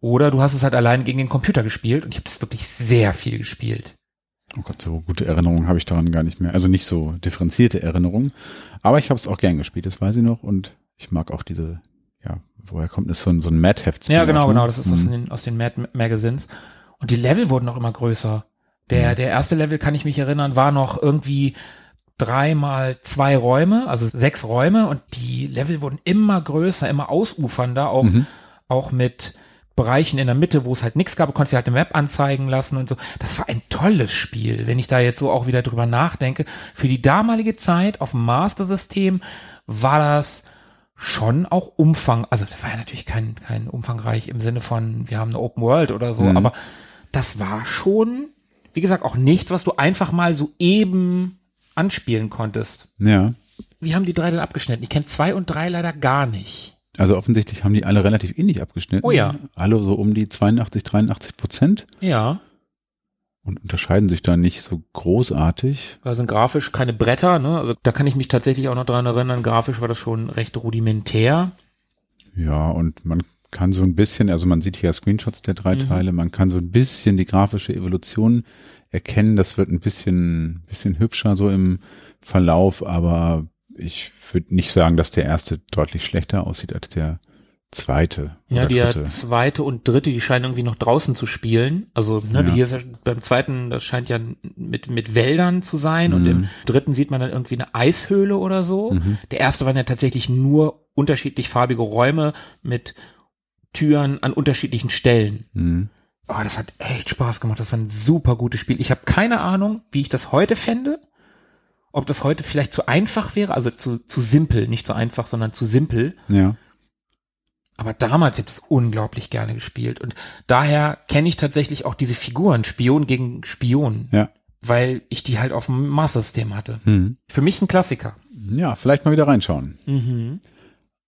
oder du hast es halt allein gegen den Computer gespielt und ich habe das wirklich sehr viel gespielt. Oh Gott, so gute Erinnerungen habe ich daran gar nicht mehr. Also nicht so differenzierte Erinnerungen. Aber ich habe es auch gern gespielt, das weiß ich noch. Und ich mag auch diese, ja, woher kommt das so ein, so ein Mad-Heft? Ja, genau, genau. Das ist aus Hm. den, aus den Mad Magazines. Und die Level wurden auch immer größer. Der, der erste Level, kann ich mich erinnern, war noch irgendwie drei mal zwei Räume, also sechs Räume und die Level wurden immer größer, immer ausufernder, auch, Mhm. auch mit Bereichen in der Mitte, wo es halt nichts gab, du konntest dir halt eine Map anzeigen lassen und so. Das war ein tolles Spiel, wenn ich da jetzt so auch wieder drüber nachdenke. Für die damalige Zeit auf dem Master-System war das schon auch Umfang, also das war ja natürlich kein, kein umfangreich im Sinne von, wir haben eine Open World oder so, Mhm. aber das war schon, wie gesagt, auch nichts, was du einfach mal so eben anspielen konntest. Ja. Wie haben die drei denn abgeschnitten? Ich kenne zwei und drei leider gar nicht. Also offensichtlich haben die alle relativ ähnlich abgeschnitten. Oh ja. Alle so um die 82, 83 Prozent. Ja. und unterscheiden sich da nicht so großartig. Da sind grafisch keine Bretter, ne? Also da kann ich mich tatsächlich auch noch dran erinnern. Grafisch war das schon recht rudimentär. Ja, und man kann so ein bisschen, also man sieht hier Screenshots der Mhm. drei Teile, man kann so ein bisschen die grafische Evolution erkennen. Das wird ein bisschen, bisschen hübscher so im Verlauf, aber ich würde nicht sagen, dass der erste deutlich schlechter aussieht als der zweite. Ja, oder die ja dritte. zweite und dritte, die scheinen irgendwie noch draußen zu spielen. Also, ne, Ja. hier ist ja beim zweiten, das scheint ja mit, mit Wäldern zu sein. Und Mhm. im dritten sieht man dann irgendwie eine Eishöhle oder so. Der erste waren ja tatsächlich nur unterschiedlich farbige Räume mit Türen an unterschiedlichen Stellen. Mhm. Oh, das hat echt Spaß gemacht. Das war ein super gutes Spiel. Ich habe keine Ahnung, wie ich das heute fände. Ob das heute vielleicht zu einfach wäre, also zu, zu simpel, nicht zu einfach, sondern zu simpel. Ja. Aber damals, ich habe das unglaublich gerne gespielt. Und daher kenne ich tatsächlich auch diese Figuren, Spion gegen Spion, Ja. weil ich die halt auf dem Master-System hatte. Für mich ein Klassiker. mhm. Ja, vielleicht mal wieder reinschauen.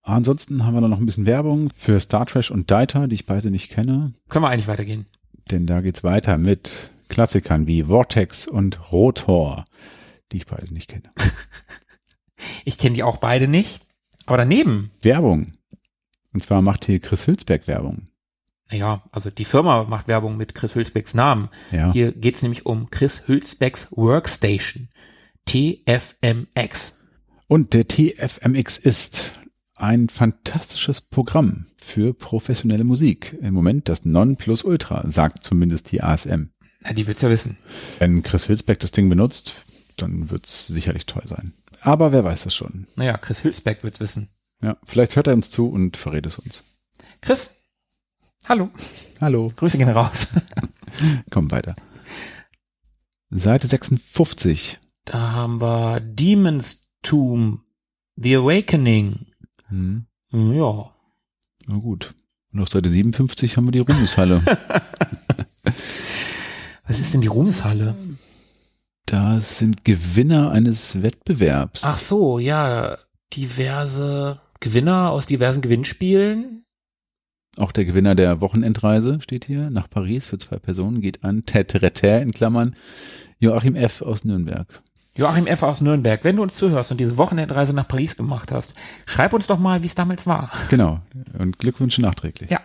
Ansonsten haben wir dann noch ein bisschen Werbung für Star Trash und Data, die ich beide nicht kenne. Können wir eigentlich weitergehen. Denn da geht's weiter mit Klassikern wie Vortex und Rotor, die ich beide nicht kenne. Ich kenne die auch beide nicht. Aber daneben, Werbung. Und zwar macht hier Chris Hülsberg Werbung. naja, also die Firma macht Werbung mit Chris Hülsbecks Namen. Ja. Hier geht's nämlich um Chris Hülsbecks Workstation. TFMX. Und der TFMX ist ein fantastisches Programm für professionelle Musik. Im Moment das Nonplusultra, sagt zumindest die ASM. Na, die will's ja wissen. Wenn Chris Hülsberg das Ding benutzt, dann wird's sicherlich toll sein. Aber wer weiß das schon. Naja, Chris Hülsbeck wird's wissen. Ja, vielleicht hört er uns zu und verrät es uns. Chris, hallo. Hallo. Grüße gehen raus. Komm weiter. Seite 56. Da haben wir Demon's Tomb, The Awakening. Hm, Hm, Ja. na gut. Und auf Seite 57 haben wir die Ruhmeshalle. Was ist denn die Ruhmeshalle? da sind Gewinner eines Wettbewerbs. Ach so, ja, diverse Gewinner aus diversen Gewinnspielen. Auch der Gewinner der Wochenendreise steht hier nach Paris für zwei Personen geht an Ted Retter in Klammern Joachim F. aus Nürnberg. Joachim F. aus Nürnberg, wenn du uns zuhörst und diese Wochenendreise nach Paris gemacht hast, schreib uns doch mal, wie es damals war. Genau. Und Glückwünsche nachträglich. Ja.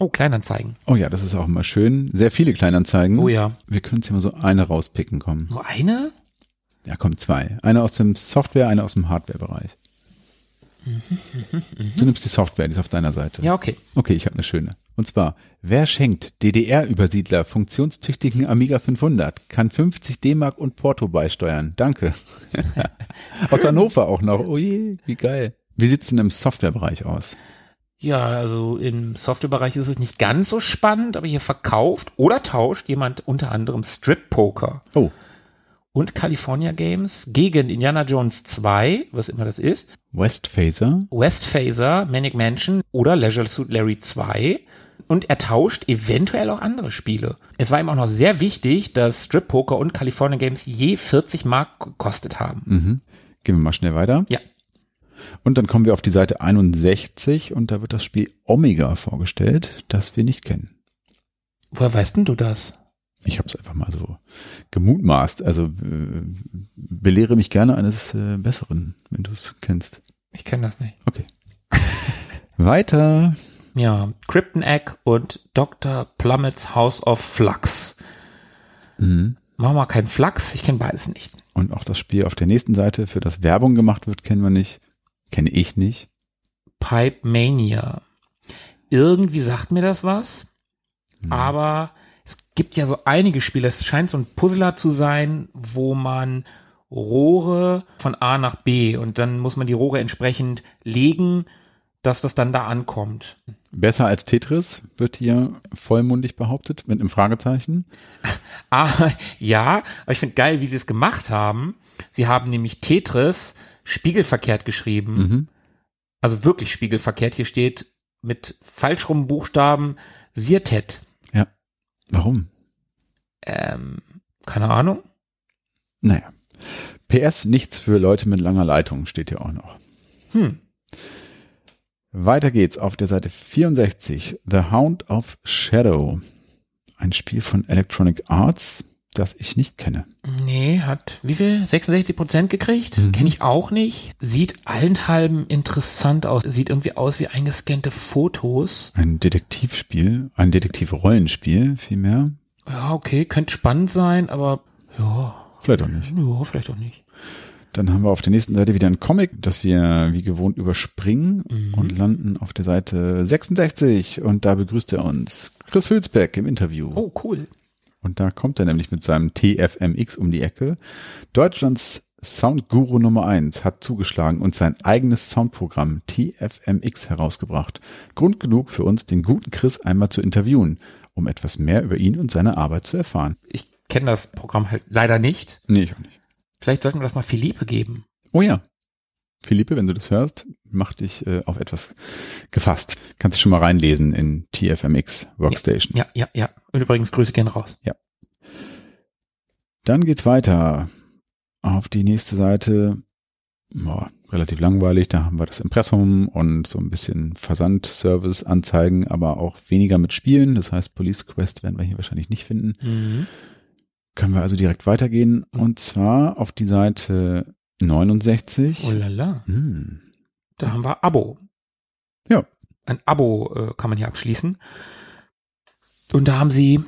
Oh, Kleinanzeigen. Oh ja, das ist auch immer schön. Sehr viele Kleinanzeigen. Oh ja. Wir können uns hier mal so eine rauspicken, kommen. Nur eine? Ja, kommen zwei. Eine aus dem Software, eine aus dem Hardware-Bereich. Du nimmst die Software, die ist auf deiner Seite. Ja, okay. Okay, ich habe eine schöne. Und zwar, wer schenkt DDR-Übersiedler funktionstüchtigen Amiga 500, kann 50 D-Mark und Porto beisteuern. Danke. Aus Hannover auch noch. Oh je, wie geil. Wie sieht's denn im Softwarebereich aus? Ja, also im Softwarebereich ist es nicht ganz so spannend, aber hier verkauft oder tauscht jemand unter anderem Strip Poker Oh, und California Games gegen Indiana Jones 2, was immer das ist, Westphaser? West Phaser, Manic Mansion oder Leisure Suit Larry 2 und er tauscht eventuell auch andere Spiele. Es war ihm auch noch sehr wichtig, dass Strip Poker und California Games je 40 Mark gekostet haben. Mhm. Gehen wir mal schnell weiter. Ja. Und dann kommen wir auf die Seite 61 und da wird das Spiel Omega vorgestellt, das wir nicht kennen. Woher weißt denn du das? Ich habe es einfach mal so gemutmaßt. Also äh, belehre mich gerne eines äh, Besseren, wenn du es kennst. Ich kenne das nicht. Okay. Weiter. Ja, Krypton Egg und Dr. Plummett's House of Flux. Machen wir keinen Flux, ich kenne beides nicht. Mhm. Und auch das Spiel auf der nächsten Seite, für das Werbung gemacht wird, kennen wir nicht. Kenne ich nicht. Pipe Mania. Irgendwie sagt mir das was, aber es gibt ja so einige Spiele. Es scheint so ein Puzzler zu sein, wo man Rohre von A nach B und dann muss man die Rohre entsprechend legen, dass das dann da ankommt. Besser als Tetris wird hier vollmundig behauptet, mit einem Fragezeichen. Ah, ja, aber ich finde geil, wie sie es gemacht haben. Sie haben nämlich Tetris spiegelverkehrt geschrieben. Mhm. Also wirklich spiegelverkehrt. Hier steht mit falsch rum Buchstaben Sirtet. Ja. Warum? Ähm, keine Ahnung. Naja. PS nichts für Leute mit langer Leitung steht hier auch noch. Hm. Weiter geht's auf der Seite 64. The Hound of Shadow. Ein Spiel von Electronic Arts, das ich nicht kenne. Nee, hat wie viel? 66 Prozent gekriegt? Kenne ich auch nicht. Sieht allenthalben interessant aus. Sieht irgendwie aus wie eingescannte Fotos. Ein Detektivspiel, ein Detektivrollenspiel vielmehr. Ja, okay, könnte spannend sein, aber ja, Vielleicht auch nicht. ja, vielleicht auch nicht. Dann haben wir auf der nächsten Seite wieder ein Comic, das wir wie gewohnt überspringen und landen auf der Seite 66. Und da begrüßt er uns Chris Hülsbeck im Interview. Oh, cool. Und da kommt er nämlich mit seinem TFMX um die Ecke. Deutschlands Soundguru Nummer eins hat zugeschlagen und sein eigenes Soundprogramm TFMX herausgebracht. Grund genug für uns, den guten Chris einmal zu interviewen, um etwas mehr über ihn und seine Arbeit zu erfahren. Ich kenne das Programm halt leider nicht. Nee, ich auch nicht. Vielleicht sollten wir das mal Philippe geben. Oh ja. Philippe, wenn du das hörst, mach dich äh, auf etwas gefasst. Kannst du schon mal reinlesen in TFMX Workstation. Ja, ja, ja. Und übrigens, Grüße gehen raus. Dann geht's weiter auf die nächste Seite. Boah, relativ langweilig, da haben wir das Impressum und so ein bisschen Versandservice-Anzeigen, aber auch weniger mit Spielen. Das heißt, Police Quest werden wir hier wahrscheinlich nicht finden. Mhm. Können wir also direkt weitergehen und zwar auf die Seite 69. Oh lala. Hm. Da haben wir Abo. Ja. Ein Abo äh, kann man hier abschließen. Und da haben sie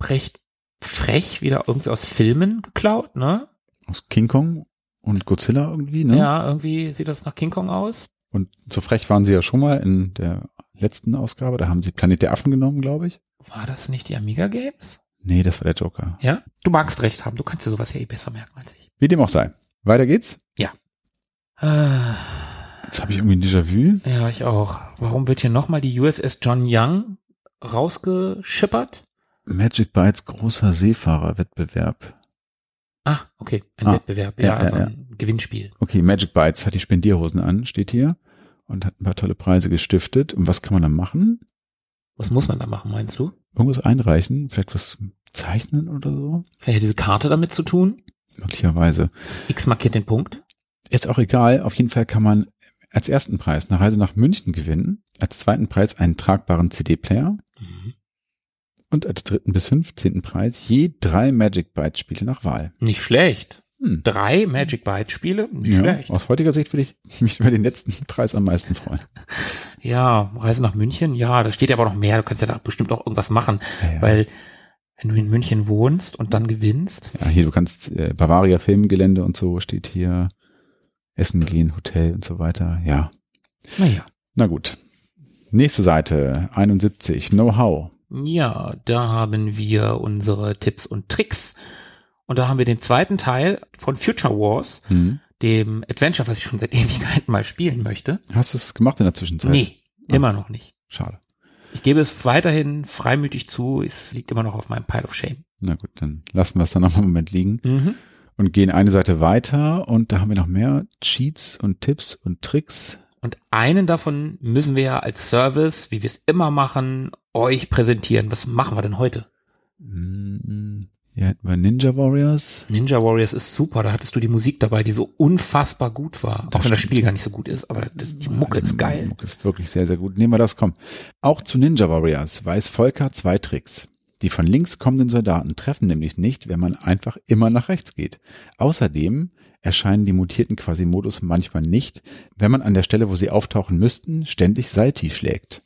recht frech wieder irgendwie aus Filmen geklaut, ne? Aus King Kong und Godzilla irgendwie, ne? Ja, irgendwie sieht das nach King Kong aus. Und so frech waren sie ja schon mal in der letzten Ausgabe. Da haben sie Planet der Affen genommen, glaube ich. War das nicht die Amiga Games? Nee, das war der Joker. Ja? Du magst recht haben. Du kannst dir sowas ja eh besser merken als ich. Wie dem auch sei. Weiter geht's. Ah, Jetzt habe ich irgendwie ein Déjà-vu. Ja, ich auch. Warum wird hier nochmal die USS John Young rausgeschippert? Magic Bites großer Seefahrerwettbewerb. Ah, okay. Ein Ah, Wettbewerb. Ja, ja, ja, also ja. ein Gewinnspiel. Okay, Magic Bites hat die Spendierhosen an, steht hier. Und hat ein paar tolle Preise gestiftet. Und was kann man da machen? Was muss man da machen, meinst du? Irgendwas einreichen? Vielleicht was zeichnen oder so? Vielleicht hat diese Karte damit zu tun. Möglicherweise. Das X markiert den Punkt. Ist auch egal. Auf jeden Fall kann man als ersten Preis eine Reise nach München gewinnen. Als zweiten Preis einen tragbaren CD-Player. Mhm. Und als dritten bis fünfzehnten Preis je drei Magic Bites Spiele nach Wahl. Nicht schlecht. Hm. Drei Magic Byte Spiele, nicht Ja, schlecht. aus heutiger Sicht würde ich mich über den letzten Preis am meisten freuen. Ja, Reise nach München, ja, da steht ja aber noch mehr. Du kannst ja da bestimmt auch irgendwas machen, Ja, ja. weil wenn du in München wohnst und dann gewinnst, Ja, hier, du kannst äh, Bavaria Filmgelände und so steht hier. Essen gehen, Hotel und so weiter. Ja, naja. na gut. Nächste Seite, 71, Know-how. Ja, da haben wir unsere Tipps und Tricks. Und da haben wir den zweiten Teil von Future Wars, Hm. dem Adventure, was ich schon seit Ewigkeiten mal spielen möchte. Hast du es gemacht in der Zwischenzeit? Nee, Ah. immer noch nicht. Schade. Ich gebe es weiterhin freimütig zu, es liegt immer noch auf meinem Pile of Shame. Na gut, dann lassen wir es dann noch einen Moment liegen Mhm. und gehen eine Seite weiter und da haben wir noch mehr Cheats und Tipps und Tricks. Und einen davon müssen wir ja als Service, wie wir es immer machen, euch präsentieren. Was machen wir denn heute? Hm, Hier hätten wir Ninja Warriors. Ninja Warriors ist super, da hattest du die Musik dabei, die so unfassbar gut war. Das auch wenn das stimmt. Spiel gar nicht so gut ist, aber das, die Mucke ist Die geil. Mucke Ähm, ist wirklich sehr, sehr gut. Nehmen wir das, komm. Auch zu Ninja Warriors weiß Volker zwei Tricks. Die von links kommenden Soldaten treffen nämlich nicht, wenn man einfach immer nach rechts geht. Außerdem erscheinen die mutierten Quasimodos manchmal nicht, wenn man an der Stelle, wo sie auftauchen müssten, ständig Salti schlägt.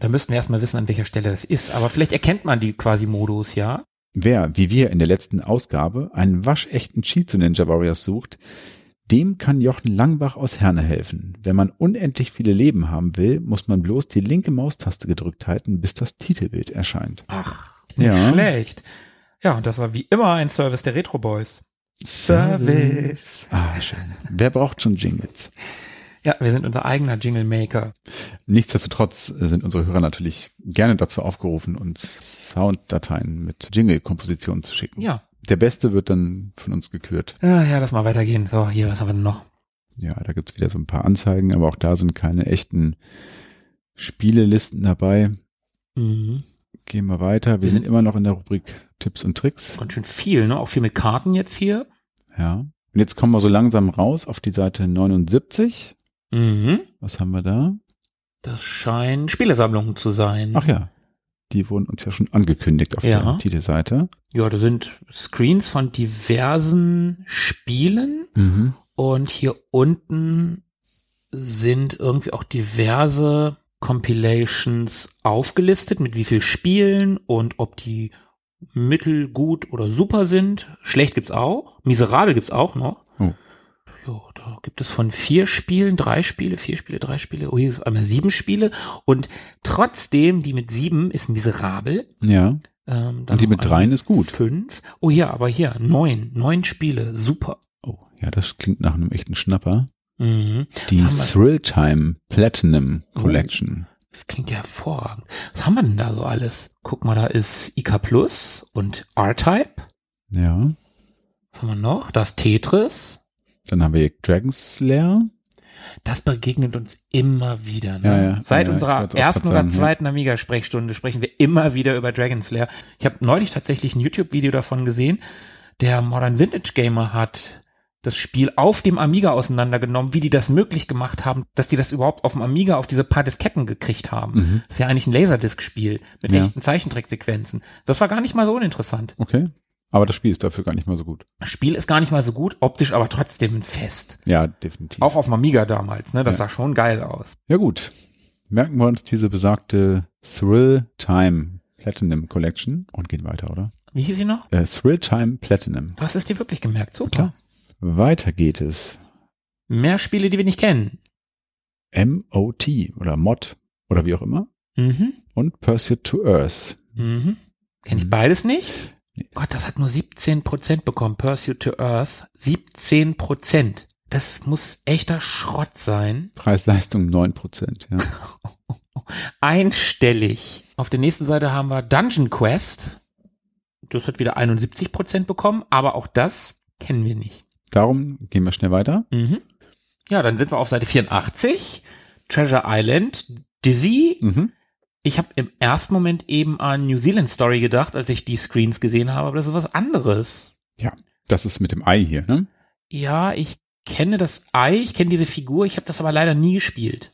Da müssten wir erstmal wissen, an welcher Stelle das ist. Aber vielleicht erkennt man die quasi Modus, ja? Wer, wie wir in der letzten Ausgabe, einen waschechten Cheat zu Ninja Warriors sucht, dem kann Jochen Langbach aus Herne helfen. Wenn man unendlich viele Leben haben will, muss man bloß die linke Maustaste gedrückt halten, bis das Titelbild erscheint. Ach, nicht Ja. schlecht. Ja, und das war wie immer ein Service der Retro Boys. Ah, schön. Wer braucht schon Jingles? Ja, wir sind unser eigener Jingle Maker. Nichtsdestotrotz sind unsere Hörer natürlich gerne dazu aufgerufen, uns Sounddateien mit Jingle-Kompositionen zu schicken. Ja. Der Beste wird dann von uns gekürt. Ah, ja, lass mal weitergehen. So, hier, was haben wir denn noch? Ja, da gibt's wieder so ein paar Anzeigen, aber auch da sind keine echten Spielelisten dabei. Mhm. Gehen wir weiter. Wir Wir sind sind- immer noch in der Rubrik Tipps und Tricks. Ganz schön viel, ne? Auch viel mit Karten jetzt hier. Ja. Und jetzt kommen wir so langsam raus auf die Seite 79. Mhm. Was haben wir da? Das scheinen Spielesammlungen zu sein. Ach ja, die wurden uns ja schon angekündigt auf Ja. der Titelseite. Ja, da sind Screens von diversen Spielen Mhm. und hier unten sind irgendwie auch diverse Compilations aufgelistet, mit wie viel Spielen und ob die mittel, gut oder super sind. Schlecht gibt's auch. Miserabel gibt's auch noch. Oh. Ja, da gibt es von vier Spielen, drei Spiele, vier Spiele, drei Spiele, oh, hier ist einmal sieben Spiele und trotzdem die mit sieben ist miserabel. Ja. Ähm, Und die mit drei dreien ist gut. Fünf. Oh ja, aber hier, neun. Neun Spiele. Super. Oh, ja, das klingt nach einem echten Schnapper. Mhm. Die Was haben wir- Thrill Time Platinum Collection. Das klingt ja hervorragend. Was haben wir denn da so alles? Guck mal, da ist IK Plus und R-Type. Ja. Was haben wir noch? Das Tetris. Dann haben wir hier Dragon's Lair. Das begegnet uns immer wieder. Ne? Ja, ja. Seit Ja, ich unserer wollt's auch ersten grad oder sagen, ja. zweiten Amiga-Sprechstunde sprechen wir immer wieder über Dragon's Lair. Ich habe neulich tatsächlich ein YouTube-Video davon gesehen. Der Modern Vintage Gamer hat das Spiel auf dem Amiga auseinandergenommen, wie die das möglich gemacht haben, dass die das überhaupt auf dem Amiga auf diese paar Disketten gekriegt haben. Das ist ja eigentlich ein Laserdisc-Spiel mit Mhm. Ja. echten Zeichentricksequenzen. Das war gar nicht mal so uninteressant. Okay. Aber das Spiel ist dafür gar nicht mal so gut. Das Spiel ist gar nicht mal so gut, optisch aber trotzdem ein Fest. Ja, definitiv. Auch auf dem Amiga damals, ne? Das sah schon geil aus. Ja gut, merken wir uns diese besagte Thrill Time Platinum Collection und gehen weiter, oder? Wie hieß sie noch? Äh, Thrill Time Platinum. Du hast es dir wirklich gemerkt, super. Klar. Weiter geht es. Mehr Spiele, die wir nicht kennen. MOT oder Mod oder wie auch immer. Mhm. Und Pursuit to Earth. Mhm. Kenn ich Mhm. beides nicht? Nee. Gott, das hat nur 17% bekommen. Pursuit to Earth. 17%. Das muss echter Schrott sein. Preis-Leistung 9%. Ja. Einstellig. Auf der nächsten Seite haben wir Dungeon Quest. Das hat wieder 71% bekommen, aber auch das kennen wir nicht. Darum gehen wir schnell weiter. Mhm. Ja, dann sind wir auf Seite 84. Treasure Island. Dizzy, Mhm. Ich habe im ersten Moment eben an New Zealand Story gedacht, als ich die Screens gesehen habe, aber das ist was anderes. Das ist mit dem Ei hier, ne? Ja, ich kenne das Ei, ich kenne diese Figur, ich habe das aber leider nie gespielt.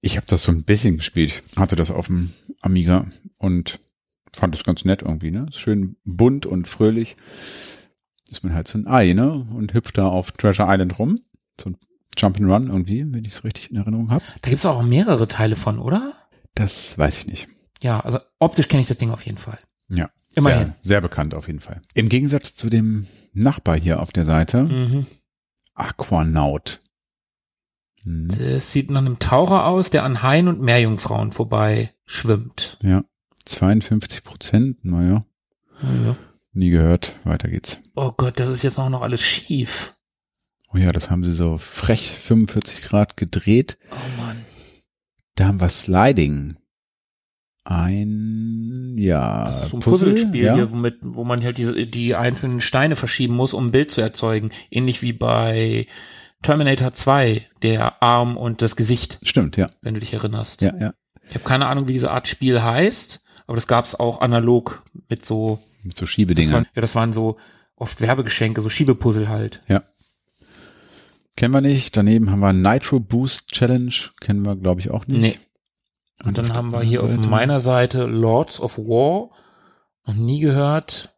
Ich habe das so ein bisschen gespielt. Hatte das auf dem Amiga und fand es ganz nett irgendwie, ne? Ist Schön bunt und fröhlich. Ist man halt so ein Ei, ne? Und hüpft da auf Treasure Island rum. So ein Jump'n'Run irgendwie, wenn ich es richtig in Erinnerung habe. Da gibt's auch mehrere Teile von, oder? Das weiß ich nicht. Ja, also optisch kenne ich das Ding auf jeden Fall. Ja. Immerhin. Sehr, sehr bekannt auf jeden Fall. Im Gegensatz zu dem Nachbar hier auf der Seite, Mhm. Aquanaut. Hm. Das sieht nach einem Taucher aus, der an Haien und Meerjungfrauen vorbei schwimmt. Ja. 52 Prozent, naja, nie gehört. Weiter geht's. Oh Gott, das ist jetzt auch noch alles schief. Oh ja, das haben sie so frech 45 Grad gedreht. Oh Mann. Da haben wir Sliding. Ein, ja, Das ist so ein Äh, Puzzle, Puzzlespiel ja. hier, womit, wo man halt diese, die einzelnen Steine verschieben muss, um ein Bild zu erzeugen. Ähnlich wie bei Terminator 2, der Arm und das Gesicht, Stimmt, ja, wenn du dich erinnerst. ja, ja. Ich habe keine Ahnung, wie diese Art Spiel heißt, aber das gab's auch analog mit so, Mit so das Schiebedingern. waren, ja, das waren so oft Werbegeschenke, so Schiebepuzzle halt. Kennen wir nicht. Daneben haben wir Nitro Boost Challenge. Kennen wir, glaube ich, auch nicht. Nee. Und dann auf haben der wir hier anderen auf Seite- meiner Seite Lords of War, noch nie gehört,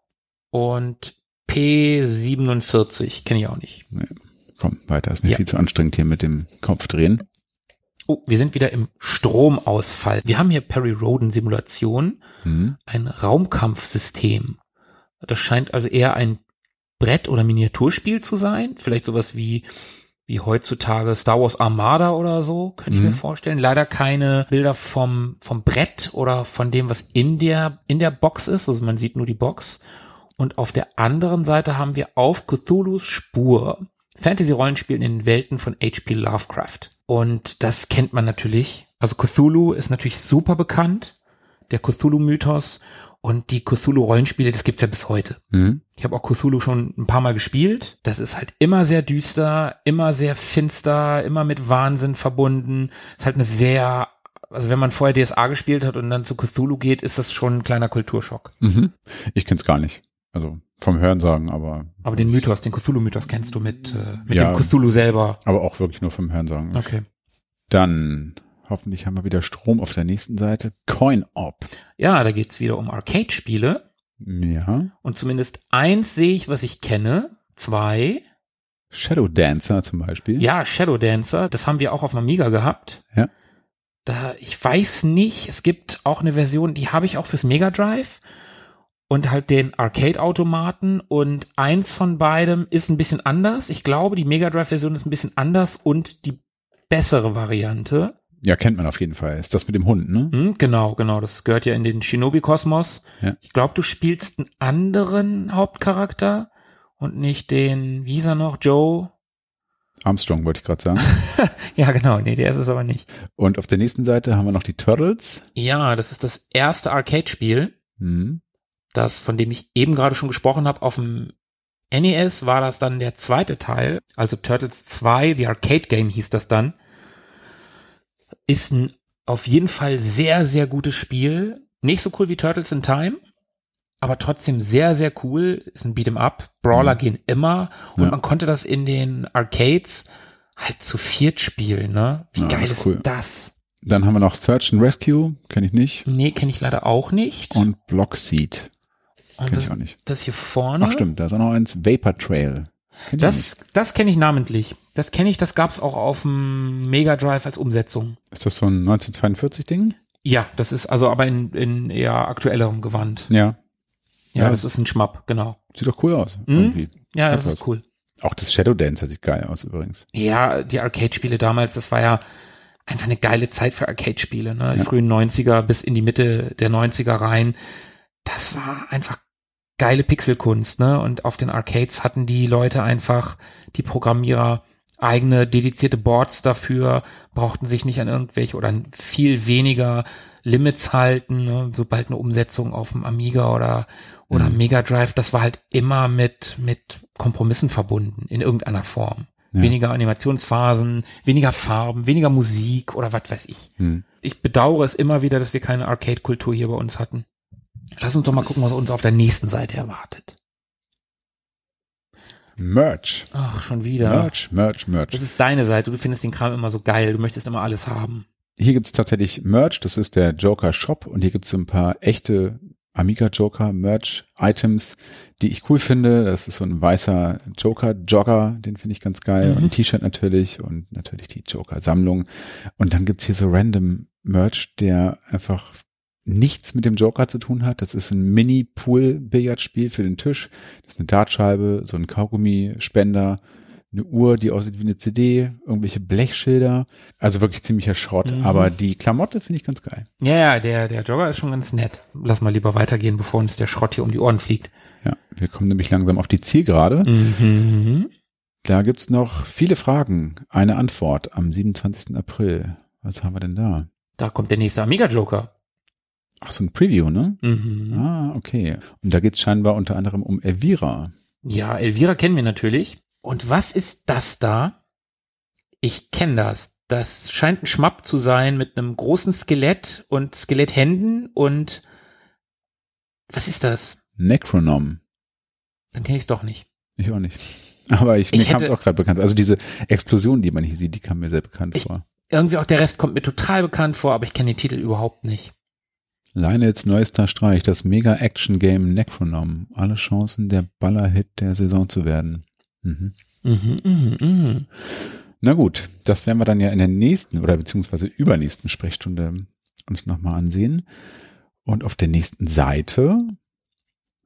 und P47, kenne ich auch nicht. Komm, weiter. Ist mir Ja. viel zu anstrengend hier mit dem Kopf drehen. Oh, wir sind wieder im Stromausfall. Wir haben hier Perry Roden Simulation, Hm. ein Raumkampfsystem. Das scheint also eher ein Brett- oder Miniaturspiel zu sein. Vielleicht sowas wie, wie heutzutage Star Wars Armada oder so, könnte Mhm. ich mir vorstellen. Leider keine Bilder vom, vom Brett oder von dem, was in der, in der Box ist. Also man sieht nur die Box. Und auf der anderen Seite haben wir auf Cthulhus Spur. Fantasy-Rollenspiel in den Welten von H.P. Lovecraft. Und das kennt man natürlich. Also Cthulhu ist natürlich super bekannt, der Cthulhu-Mythos und die Cthulhu-Rollenspiele, das gibt's ja bis heute. Hm. Ich habe auch Cthulhu schon ein paar Mal gespielt. Das ist halt immer sehr düster, immer sehr finster, immer mit Wahnsinn verbunden. Ist halt eine sehr, also wenn man vorher DSA gespielt hat und dann zu Cthulhu geht, ist das schon ein kleiner Kulturschock. Mhm. Ich kenn's gar nicht. Also vom Hören sagen, aber Aber den Mythos, den Cthulhu-Mythos kennst du mit, äh, mit Ja. dem Cthulhu selber. aber auch wirklich nur vom Hören sagen. Okay. Dann hoffentlich haben wir wieder Strom auf der nächsten Seite. Coin-Op. Ja, da geht's wieder um Arcade-Spiele. Ja. Und zumindest eins sehe ich, was ich kenne. Zwei. Shadow Dancer zum Beispiel. Ja, Shadow Dancer, das haben wir auch auf dem Amiga gehabt. Ja. Da, ich weiß nicht, es gibt auch eine Version, die habe ich auch fürs Mega Drive und halt den Arcade-Automaten und eins von beidem ist ein bisschen anders. Ich glaube, die Mega Drive-Version ist ein bisschen anders und die bessere Variante. Ja, kennt man auf jeden Fall. Ist das mit dem Hund, ne? Hm, genau, genau. Das gehört ja in den Shinobi-Kosmos. Ja. Ich glaube, du spielst einen anderen Hauptcharakter und nicht den, wie hieß er noch, Joe? Armstrong wollte ich gerade sagen. Ja, genau. Nee, der ist es aber nicht. Und auf der nächsten Seite haben wir noch die Turtles. Ja, das ist das erste Arcade-Spiel, Hm. das, von dem ich eben gerade schon gesprochen habe, auf dem NES war das dann der zweite Teil, also Turtles 2, die Arcade Game hieß das dann. Ist ein auf jeden Fall sehr, sehr gutes Spiel. Nicht so cool wie Turtles in Time, aber trotzdem sehr, sehr cool. Ist ein Beat'em Up. Brawler gehen immer. Und Mhm. Ja. man konnte das in den Arcades halt zu viert spielen, ne? Wie Ja, geil das ist ist cool. das? Dann haben wir noch Search and Rescue, kenne ich nicht. Nee, kenne ich leider auch nicht. Und Block Seed, Und kenne Also das, ich auch nicht. das hier vorne. Ach stimmt, da ist auch noch eins, Vapor Trail. Kenn ich auch nicht. Das, das kenne ich namentlich. Das kenne ich, das gab's auch auf dem Mega Drive als Umsetzung. Ist das so ein 1942-Ding? Ja, das ist also aber in, in eher aktuellerem Gewand. Ja. Ja, Ja. das ist ein Schmapp, genau. Sieht doch cool aus. Irgendwie. Ja, das Jedenfalls. ist cool. Auch das Shadow Dance sieht geil aus übrigens. Ja, die Arcade-Spiele damals, das war ja einfach eine geile Zeit für Arcade-Spiele, ne? Die frühen 90er bis in die Mitte der 90er rein. Das war einfach geile Pixelkunst, ne? Und auf den Arcades hatten die Leute einfach, die Programmierer, eigene dedizierte Boards dafür, brauchten sich nicht an irgendwelche oder an viel weniger Limits halten, ne? sobald eine Umsetzung auf dem Amiga oder oder Mhm. Mega Drive, das war halt immer mit mit Kompromissen verbunden in irgendeiner Form Ja. weniger Animationsphasen, weniger Farben, weniger Musik oder was weiß ich. Hm. Ich bedauere es immer wieder, dass wir keine Arcade-Kultur hier bei uns hatten. Lass uns doch mal gucken, was uns auf der nächsten Seite erwartet. Merch. Ach, schon wieder. Merch, Merch, Merch. Das ist deine Seite. Du findest den Kram immer so geil. Du möchtest immer alles haben. Hier gibt's tatsächlich Merch, das ist der Joker Shop und hier gibt's so ein paar echte Amiga Joker Merch Items, die ich cool finde. Das ist so ein weißer Joker Jogger, den finde ich ganz geil. Mhm. Und ein T-Shirt natürlich und natürlich die Joker Sammlung. Und dann gibt's hier so random Merch, der einfach nichts mit dem Joker zu tun hat. Das ist ein Mini-Pool-Billardspiel für den Tisch. Das ist eine Dartscheibe, so ein Kaugummispender, eine Uhr, die aussieht wie eine CD, irgendwelche Blechschilder. Also wirklich ziemlicher Schrott. Mhm. Aber die Klamotte finde ich ganz geil. Ja, ja, der, der Jogger ist schon ganz nett. Lass mal lieber weitergehen, bevor uns der Schrott hier um die Ohren fliegt. Ja, wir kommen nämlich langsam auf die Zielgerade. Mhm. Da gibt's noch viele Fragen. Eine Antwort am 27. April. Was haben wir denn da? Da kommt der nächste Amiga-Joker. Ach, so ein Preview, ne? Mhm. Ah, okay. Und da geht's scheinbar unter anderem um Elvira. Ja, Elvira kennen wir natürlich. Und was ist das da? Ich kenne das. Das scheint ein Schmapp zu sein mit einem großen Skelett und Skeletthänden und was ist das? Necronom. Dann kenne ich es doch nicht. Ich auch nicht. Aber ich, Ich mir kam es hätte- auch gerade bekannt. vor. Also diese Explosion, die man hier sieht, die kam mir sehr bekannt Ich- vor. Irgendwie auch der Rest kommt mir total bekannt vor, aber ich kenne den Titel überhaupt nicht. Lionels neuester Streich, das Mega-Action-Game Necronom. Alle Chancen, der Baller-Hit der Saison zu werden. Mhm. Mhm, mhm, mhm. Na gut, das werden wir dann ja in der nächsten oder beziehungsweise übernächsten Sprechstunde uns nochmal ansehen. Und auf der nächsten Seite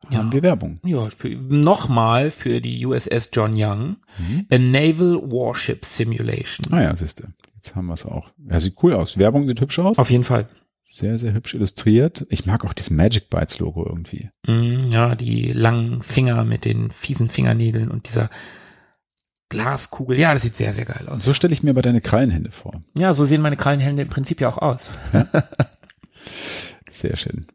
haben Ja. wir Werbung. Ja, für, nochmal für die USS John Young. Mhm. A Naval Warship Simulation. Ah ja, siehste. Jetzt haben wir es auch. Ja, sieht cool aus. Werbung sieht hübsch aus. Auf jeden Fall. Sehr, sehr hübsch illustriert. Ich mag auch dieses Magic Bytes Logo irgendwie. Mm, Ja, die langen Finger mit den fiesen Fingernägeln und dieser Glaskugel. Ja, das sieht sehr, sehr geil aus. So stelle ich mir aber deine Krallenhände vor. Ja, so sehen meine Krallenhände im Prinzip ja auch aus. Sehr schön.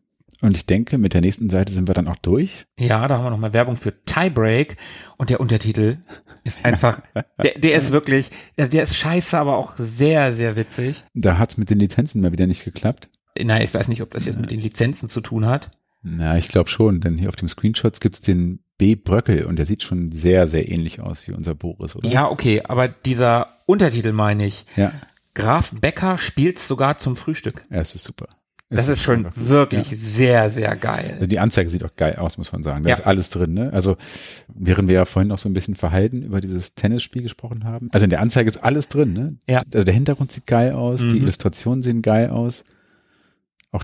Und ich denke, mit der nächsten Seite sind wir dann auch durch. Ja, da haben wir nochmal Werbung für Tiebreak und der Untertitel ist einfach, der, der ist wirklich, also der ist scheiße, aber auch sehr, sehr witzig. Da hat's mit den Lizenzen mal wieder nicht geklappt. Na, ich weiß nicht, ob das jetzt mit den Lizenzen zu tun hat. Na, ich glaube schon, denn hier auf dem Screenshots gibt's den B. Bröckel und der sieht schon sehr, sehr ähnlich aus wie unser Boris, oder? Ja, okay, aber dieser Untertitel meine ich. Ja, Graf Becker spielt sogar zum Frühstück. ja es ist super. Es Das ist schon einfach- wirklich Ja. sehr, sehr geil. Also Die Anzeige sieht auch geil aus, muss man sagen. Da Ja. ist alles drin. Ne? Also während wir ja vorhin noch so ein bisschen verhalten über dieses Tennisspiel gesprochen haben. Also in der Anzeige ist alles drin. Ne? Ja. Also der Hintergrund sieht geil aus, die Mhm. Illustrationen sehen geil aus. Auch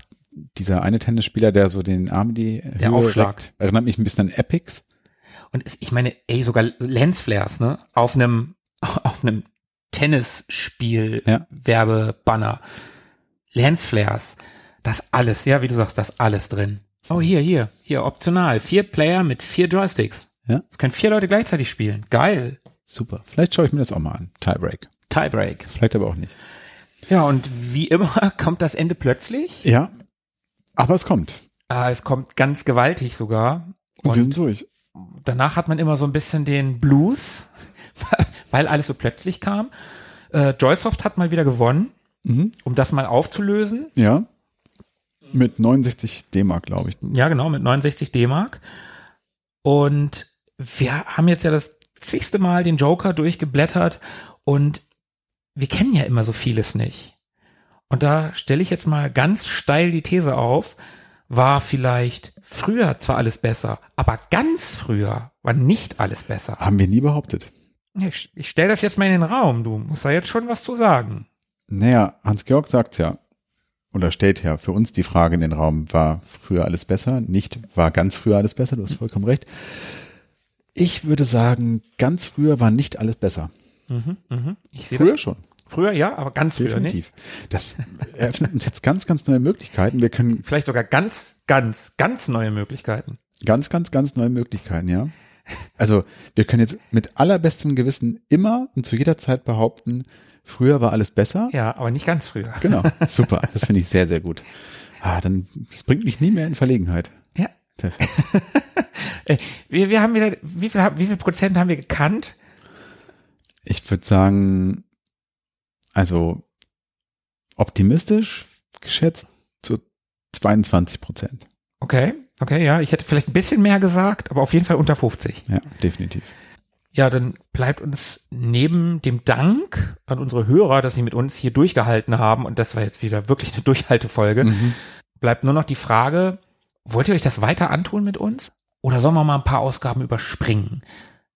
dieser eine Tennisspieler, der so den Arm in die Der Höhe Aufschlag. reckt, erinnert mich ein bisschen an Epics. Und es, ich meine, ey, sogar Lensflares, ne? Auf einem, auf einem Tennisspiel Ja. Werbebanner. Lensflares. Das alles, ja, wie du sagst, das alles drin. Oh, hier, hier, hier, optional. Vier Player mit vier Joysticks. Ja. Es können vier Leute gleichzeitig spielen. Geil. Super. Vielleicht schaue ich mir das auch mal an. Tiebreak. Tiebreak. Vielleicht aber auch nicht. Ja, und wie immer kommt das Ende plötzlich. Ja. Aber es kommt. Ah, es kommt ganz gewaltig sogar. Und, wir Und sind durch. danach hat man immer so ein bisschen den Blues, weil alles so plötzlich kam. Äh, Joysoft hat mal wieder gewonnen, um das mal aufzulösen. Ja. Mit 69 D-Mark, glaube ich. Ja, genau, mit 69 D-Mark. Und wir haben jetzt ja das zigste Mal den Joker durchgeblättert und wir kennen ja immer so vieles nicht. Und da stelle ich jetzt mal ganz steil die These auf, war vielleicht früher zwar alles besser, aber ganz früher war nicht alles besser. Haben wir nie behauptet. Ich, ich stelle das jetzt mal in den Raum, du musst da jetzt schon was zu sagen. Naja, Hans-Georg sagt's ja. Oder stellt ja für uns die Frage in den Raum, war früher alles besser? Nicht, war ganz früher alles besser? Du hast vollkommen recht. Ich würde sagen, ganz früher war nicht alles besser. Ich sehe Früher das. schon. Früher ja, aber ganz früher nicht. Definitiv. Das eröffnet uns jetzt ganz, ganz neue Möglichkeiten. Wir können Vielleicht sogar ganz, ganz, ganz neue Möglichkeiten. ganz, ganz, ganz neue Möglichkeiten, ja. Also wir können jetzt mit allerbestem Gewissen immer und zu jeder Zeit behaupten, früher war alles besser. Ja, aber nicht ganz früher. Genau, super. Das finde ich sehr, sehr gut. Ah, dann, das bringt mich nie mehr in Verlegenheit. Ja. Perfekt. Äh, Wir, wir haben wieder, wie viel, hab- wie viel Prozent haben wir gekannt? Ich würde sagen, also optimistisch geschätzt zu 22 Prozent. Okay, okay, ja. Ich hätte vielleicht ein bisschen mehr gesagt, aber auf jeden Fall unter 50. Ja, definitiv. Ja, dann bleibt uns neben dem Dank an unsere Hörer, dass sie mit uns hier durchgehalten haben, und das war jetzt wieder wirklich eine Durchhaltefolge, bleibt nur noch die Frage, wollt ihr euch das weiter antun mit uns? Oder sollen wir mal ein paar Ausgaben überspringen?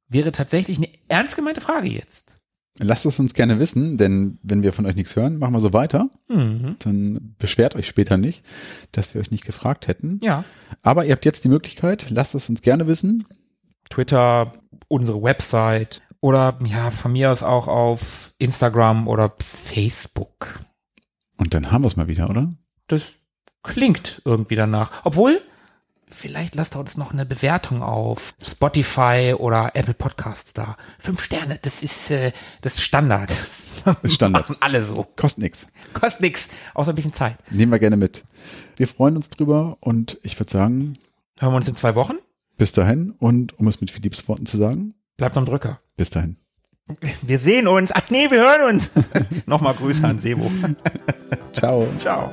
Wäre tatsächlich eine ernst gemeinte Frage jetzt. Lasst es uns gerne wissen, denn wenn wir von euch nichts hören, machen wir so weiter. Mhm. Dann beschwert euch später nicht, dass wir euch nicht gefragt hätten. Ja. Aber ihr habt jetzt die Möglichkeit, lasst es uns gerne wissen. Twitter, unsere Website oder ja, von mir aus auch auf Instagram oder Facebook. Und dann haben wir es mal wieder, oder? Das klingt irgendwie danach. Obwohl, vielleicht lasst ihr uns noch eine Bewertung auf Spotify oder Apple Podcasts da. Fünf Sterne, das ist äh, das ist Standard. Ist Standard. Machen alle so. Kostet nichts. Kostet nix, außer ein bisschen Zeit. Nehmen wir gerne mit. Wir freuen uns drüber und ich würde sagen, Hören wir uns in zwei Wochen? bis dahin und um es mit Philipps Worten zu sagen, Bleibt am Drücker. bis dahin. Wir sehen uns. Ach nee, wir hören uns. Nochmal Grüße an Sebo. Ciao. Ciao.